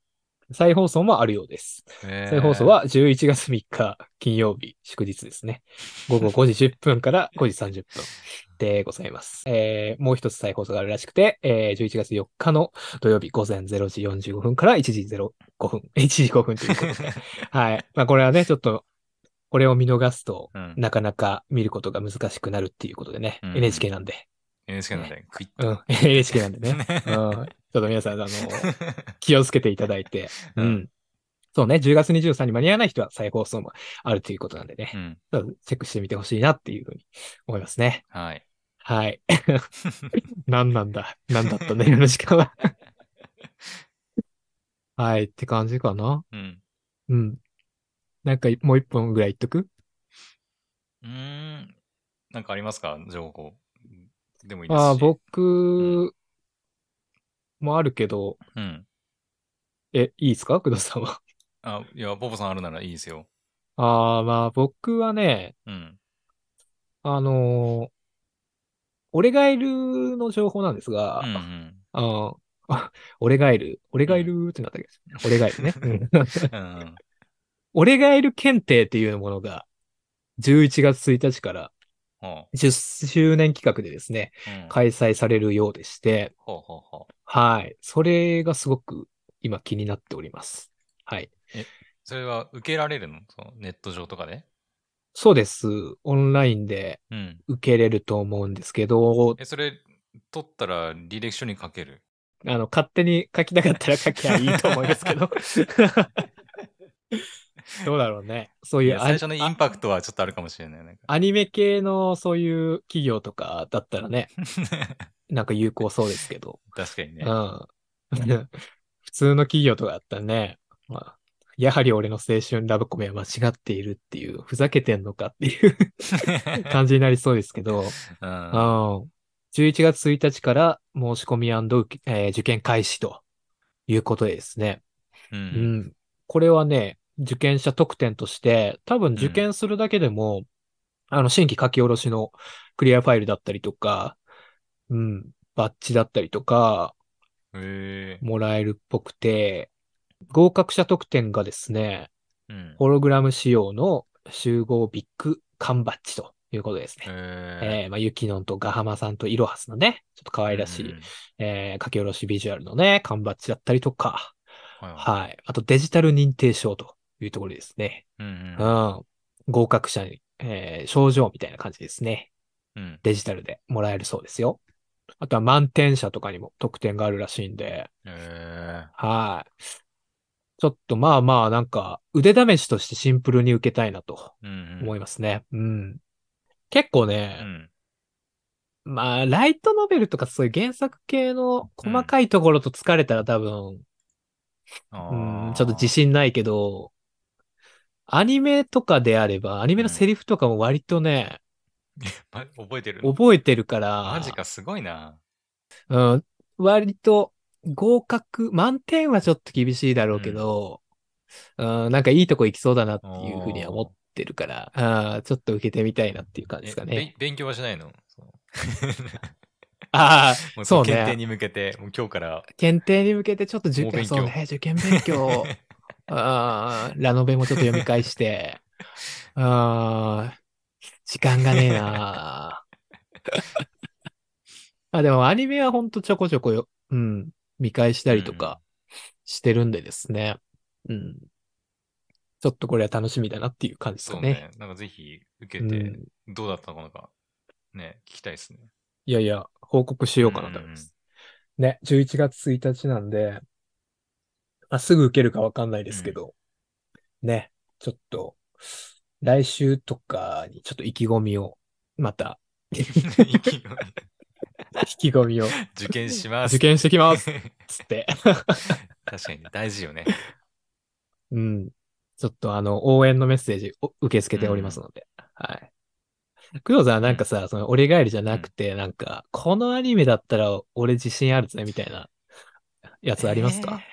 Speaker 1: 再放送もあるようです。
Speaker 2: ー。えー
Speaker 1: 再放送、は11月3日、金曜日、祝日ですね。午後5時10分から5時30分でございます。えーもう一つ再放送があるらしくて、えー11月4日の土曜日午前0時45分から1時05分、1時5分と [LAUGHS] いうことで。
Speaker 2: [LAUGHS]
Speaker 1: はい。まあこれはね、ちょっと、これを見逃すと、
Speaker 2: [LAUGHS] うん、
Speaker 1: なかなか見ることが難しくなるっていうことでね。
Speaker 2: うん
Speaker 1: NHK なんで。
Speaker 2: NHK なんで食いって
Speaker 1: うん。NHK なんで
Speaker 2: [LAUGHS]
Speaker 1: ね。うん。ちょっと皆さん、あの、気をつけていただいて。
Speaker 2: う
Speaker 1: うんん。そうね、10月23に間に合わない人は再放送もあるということなんでね
Speaker 2: う。ん。
Speaker 1: ちょっとチェックしてみてほしいなっていうふうに思いますね。
Speaker 2: はい。
Speaker 1: はい。
Speaker 2: [LAUGHS]
Speaker 1: 何なんだ何だったんだ今の時間は。はい、って感じかな。
Speaker 2: うん。
Speaker 1: うん。なんかもう一本ぐらい言っとく
Speaker 2: うーん。なんかありますか情報。でもいいですし。
Speaker 1: ああ、僕もあるけど、
Speaker 2: うん。
Speaker 1: え、いいですか工藤さんは。
Speaker 2: あ、いや、ポポさんあるならいいですよ。
Speaker 1: ああ、まあ僕はね、
Speaker 2: うん。
Speaker 1: あのー俺がいるの情報なんですが、
Speaker 2: うんうん。
Speaker 1: ああ、 [LAUGHS] 俺がいる、俺がいるってなったけど、俺がいるね。
Speaker 2: [LAUGHS]
Speaker 1: うん [LAUGHS]
Speaker 2: うん。
Speaker 1: 俺がいる検定っていうものが、11月1日から
Speaker 2: ほ
Speaker 1: 10周年企画でですね、
Speaker 2: う。うん
Speaker 1: 開催されるようでして、
Speaker 2: ほうほうほう。
Speaker 1: はい。それがすごく今気になっております。はい。
Speaker 2: それは受けられるのそのネット上とかで
Speaker 1: そうです。オンラインで
Speaker 2: うん。
Speaker 1: 受けれると思うんですけど、
Speaker 2: え、それ、取ったら履歴書に書ける。
Speaker 1: あの、勝手に書きたかったら書きゃいいと思いますけ
Speaker 2: [LAUGHS]
Speaker 1: ど。 [LAUGHS] どうだろうね。そう
Speaker 2: い
Speaker 1: いう
Speaker 2: や
Speaker 1: ア
Speaker 2: 最初のイン
Speaker 1: あ
Speaker 2: パクトはちょっとあるかもしれない。
Speaker 1: [LAUGHS]
Speaker 2: なんか
Speaker 1: アニメ系のそういう企業とかだったらね、なんか有効そうですけ [LAUGHS] ど。
Speaker 2: 確かにね。
Speaker 1: うん。 [LAUGHS] 普通の企業とかだったらね、まあ、やはり俺の青春ラブコメは間違っているっていう、ふざけてんのかっていう [LAUGHS] 感じになりそうですけど、
Speaker 2: う。
Speaker 1: うんん。11月1日から申し込み受け、えー受験開始ということでですね。
Speaker 2: う。
Speaker 1: うんん。これはね、受験者特典として、多分受験するだけでも、あの、新規書き下ろしのクリアファイルだったりとか、うん、バッジだったりとか、
Speaker 2: へえ。
Speaker 1: もらえるっぽくて、合格者特典がですね、
Speaker 2: うん。
Speaker 1: ホログラム仕様の集合ビッグ缶バッジということですね。
Speaker 2: へえ。
Speaker 1: えーまあ、ユキノンとガハマさんとイロハスのね、ちょっと可愛らしい、
Speaker 2: うんうん
Speaker 1: えー書き下ろしビジュアルのね、缶バッジだったりとか、
Speaker 2: はいは
Speaker 1: はい。あとデジタル認定証というところですね。
Speaker 2: い。う
Speaker 1: う。
Speaker 2: ん
Speaker 1: ん。合格者に、えー賞状みたいな感じですね。
Speaker 2: うん。
Speaker 1: デジタルでもらえるそうですよ。あとは満点者とかにも特典があるらしいんで、
Speaker 2: へ
Speaker 1: はい。ちょっとまあまあ、なんか、腕試しとしてシンプルに受けたいなと
Speaker 2: え。うん。
Speaker 1: 思い
Speaker 2: ま
Speaker 1: ますね。うん。結構ね、
Speaker 2: うん。
Speaker 1: まあ、ライトノベルとかそういう原作系の細かいところと疲れたら多分、
Speaker 2: あ
Speaker 1: うん
Speaker 2: ー
Speaker 1: ちょっと自信ないけど、アニメとかであれば、アニメのセリフとかも割とね、
Speaker 2: ま覚えてる
Speaker 1: 覚えてるから、
Speaker 2: マジか、すごいな。
Speaker 1: うん、割と合格、満点はちょっと厳しいだろうけど、うん、なんかいいとこ行きそうだなっていうふうには思ってるから、あーちょっと受けてみたいなっていう感じですか
Speaker 2: えべん
Speaker 1: ね。
Speaker 2: 勉強はしないのそう
Speaker 1: あ
Speaker 2: も
Speaker 1: あ、
Speaker 2: うそ
Speaker 1: そ
Speaker 2: の
Speaker 1: う
Speaker 2: 検
Speaker 1: ね。
Speaker 2: 定に向けて、もう今日から。
Speaker 1: 検定に向けてちょっと受
Speaker 2: もう
Speaker 1: 験、
Speaker 2: 勉強
Speaker 1: そうね、受験勉
Speaker 2: [LAUGHS]
Speaker 1: 強、あーラノベもちょっと読み返して、あー時間がねえな
Speaker 2: [LAUGHS]
Speaker 1: ああでもアニメはほんとちょこちょこよ、うん、見返したりとか、してるんでですね。うん。ちょっとこれは楽しみだなっていう感じです
Speaker 2: そ
Speaker 1: か
Speaker 2: う
Speaker 1: ね。
Speaker 2: ね。なんかぜひ受
Speaker 1: う
Speaker 2: けて、
Speaker 1: ん、
Speaker 2: どうだったのか、ね、聞きたい
Speaker 1: [LAUGHS]
Speaker 2: ですね。
Speaker 1: いやいや、報告しようかなと思います。ね、11月1日なんで、まあ、すぐ受けるかわかんないですけど、ね、ちょっと、来週とかにちょっと意気込みを、また、 [LAUGHS]
Speaker 2: 意気込み
Speaker 1: 意気込みを、
Speaker 2: 受験します。
Speaker 1: 受験してきます
Speaker 2: [LAUGHS] 確
Speaker 1: つって。
Speaker 2: かに、大事よね。
Speaker 1: うん。ちょっとあの、応援のメッセージを受け付けておりますので。はい。工藤さんはなんかさ、その、俺帰りじゃなくて、なんか、このアニメだったら俺自信あるぜ、みたいなやつありますか、
Speaker 2: えー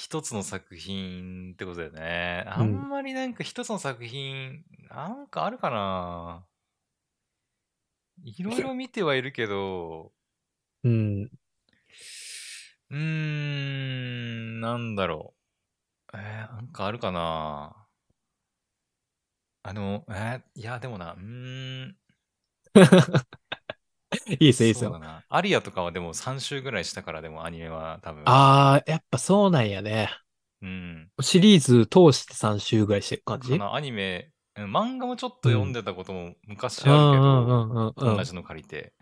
Speaker 2: 一つの作品ってことだよね。あんまりなんか一つの作品、なんかあるかないろいろ見てはいるけど、
Speaker 1: うん。
Speaker 2: うーん、なんだろう。えー、なんかあるかなあの、えーいや、でもな、うーん。
Speaker 1: いいですよ、いいです
Speaker 2: そう
Speaker 1: よ。
Speaker 2: だな。アリアとかはでも3週ぐらいしたから、でもアニメは多分。
Speaker 1: あー、やっぱそうなんやね。
Speaker 2: うん。
Speaker 1: シリーズ通して3週ぐらいしてる感じ
Speaker 2: かなアニメ、うん漫画もちょっと読んでたことも昔あ
Speaker 1: うんう
Speaker 2: るけ
Speaker 1: んうんうん
Speaker 2: ど、
Speaker 1: うん
Speaker 2: 同じの借りて。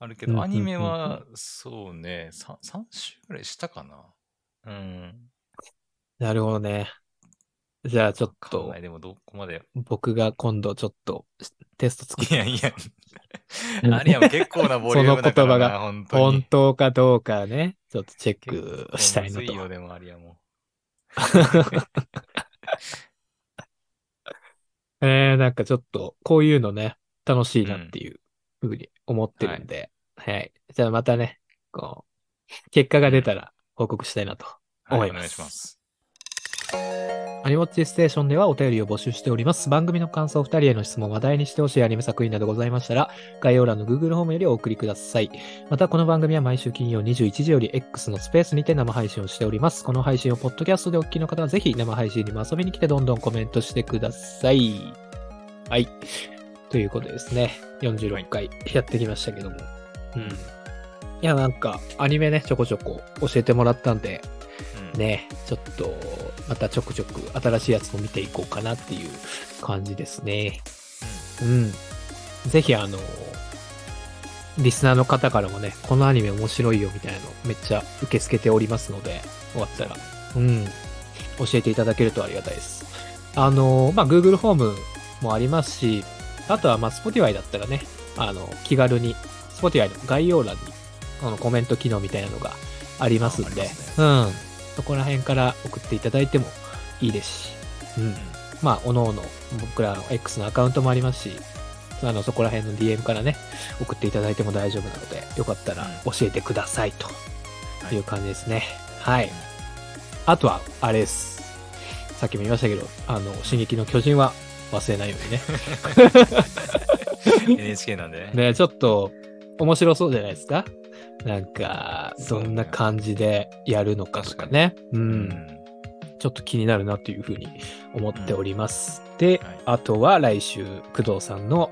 Speaker 2: あるけ
Speaker 1: うん
Speaker 2: ど、
Speaker 1: うん
Speaker 2: ア
Speaker 1: うん
Speaker 2: ニメは、そうね、3, 週ぐらいしたかな。うん。
Speaker 1: なるほどね。じゃあちょっ
Speaker 2: わかん
Speaker 1: と
Speaker 2: ない、、でもどこ
Speaker 1: [LAUGHS]
Speaker 2: まで。
Speaker 1: 僕が今度ちょっとテスト作っ
Speaker 2: い
Speaker 1: て
Speaker 2: やいや
Speaker 1: う、ん
Speaker 2: [LAUGHS] アリアも結構なボリュー
Speaker 1: [LAUGHS]
Speaker 2: ムだからな、本当
Speaker 1: 本
Speaker 2: に。
Speaker 1: 当かどうかね、ちょっとチェッ
Speaker 2: 結
Speaker 1: ク
Speaker 2: 構
Speaker 1: したいな
Speaker 2: むずいよ、
Speaker 1: と。
Speaker 2: でもアリアも。
Speaker 1: えー、なんかちょっと、こういうのね、楽しいなっていうふうに思ってるんで、はい、じゃあまたね、こう、結果が出たら報告したいなと。
Speaker 2: は
Speaker 1: 思
Speaker 2: い、
Speaker 1: い
Speaker 2: お
Speaker 1: ます
Speaker 2: 願いします。
Speaker 1: アニウォッチステーションではお便りを募集しております。番組の感想、二人への質問、話題にしてほしいアニメ作品などございましたら、概要欄の Google ホームよりお送りください。また、この番組は毎週金曜21時より X のスペースにて生配信をしております。この配信をポッドキャストでお聞きの方は、ぜひ生配信にも遊びに来てどんどんコメントしてください。はい。ということでですね、46回やってきましたけども。うん。いや、なんか、アニメね、ちょこちょこ教えてもらったんで、
Speaker 2: うん
Speaker 1: ね、ちょっと、またちょくちょく新しいやつも見ていこうかなっていう感じですね。うん。ぜひ、あの、リスナーの方からもね、このアニメ面白いよみたいなのめっちゃ受け付けておりますので、終わったら、うん、教えていただけるとありがたいです。あの、まあ、Google ホームもありますし、あとは、まあ、Spotify だったらね、あの、気軽に、Spotify の概要欄に、あの、コメント機能みたいなのがありますんで、
Speaker 2: ああります
Speaker 1: うん、そこら辺から送っていただいてもいいですし、うん。まあ、おのおの、僕らの X のアカウントもありますし、あの、そこら辺の DM からね、送っていただいても大丈夫なので、よかったら教えてくださいと
Speaker 2: はい
Speaker 1: いう感じですね。はい。あとは、あれです。さっきも言いましたけど、あの、進撃の巨人は忘れないように
Speaker 2: [LAUGHS]
Speaker 1: ね。
Speaker 2: NHK なんでね。
Speaker 1: ね、ちょっと面白そうじゃないですかなんか、
Speaker 2: そ
Speaker 1: ど
Speaker 2: うね
Speaker 1: んな感じでやるのかとかね。う。
Speaker 2: うんん。
Speaker 1: ちょっと気になるなというふうに思っております。で、
Speaker 2: はい
Speaker 1: あとは来週、工藤さんの、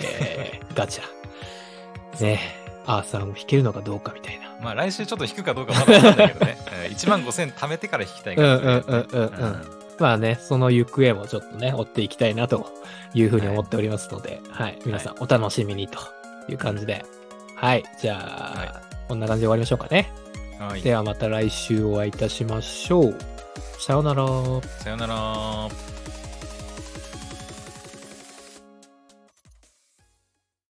Speaker 1: え
Speaker 2: [LAUGHS]
Speaker 1: ーガチャ。ね、アーサーを引けるのかどうかみたいな。
Speaker 2: まあ来週ちょっと引くかどうかまだわかんないけどね。1万5000貯めてから引きたいか
Speaker 1: うん
Speaker 2: ら。
Speaker 1: うんうんうん
Speaker 2: う
Speaker 1: うんん。まあね、その行方もちょっとね、追っていきたいなというふうに思っておりますので、はい、皆さんお楽しみにという感じで、はい、じゃあ、
Speaker 2: は
Speaker 1: こんな感じで終わりましょうかね。
Speaker 2: はい。
Speaker 1: ではまた来週お会いいたしましょう。さようなら。
Speaker 2: さよなら。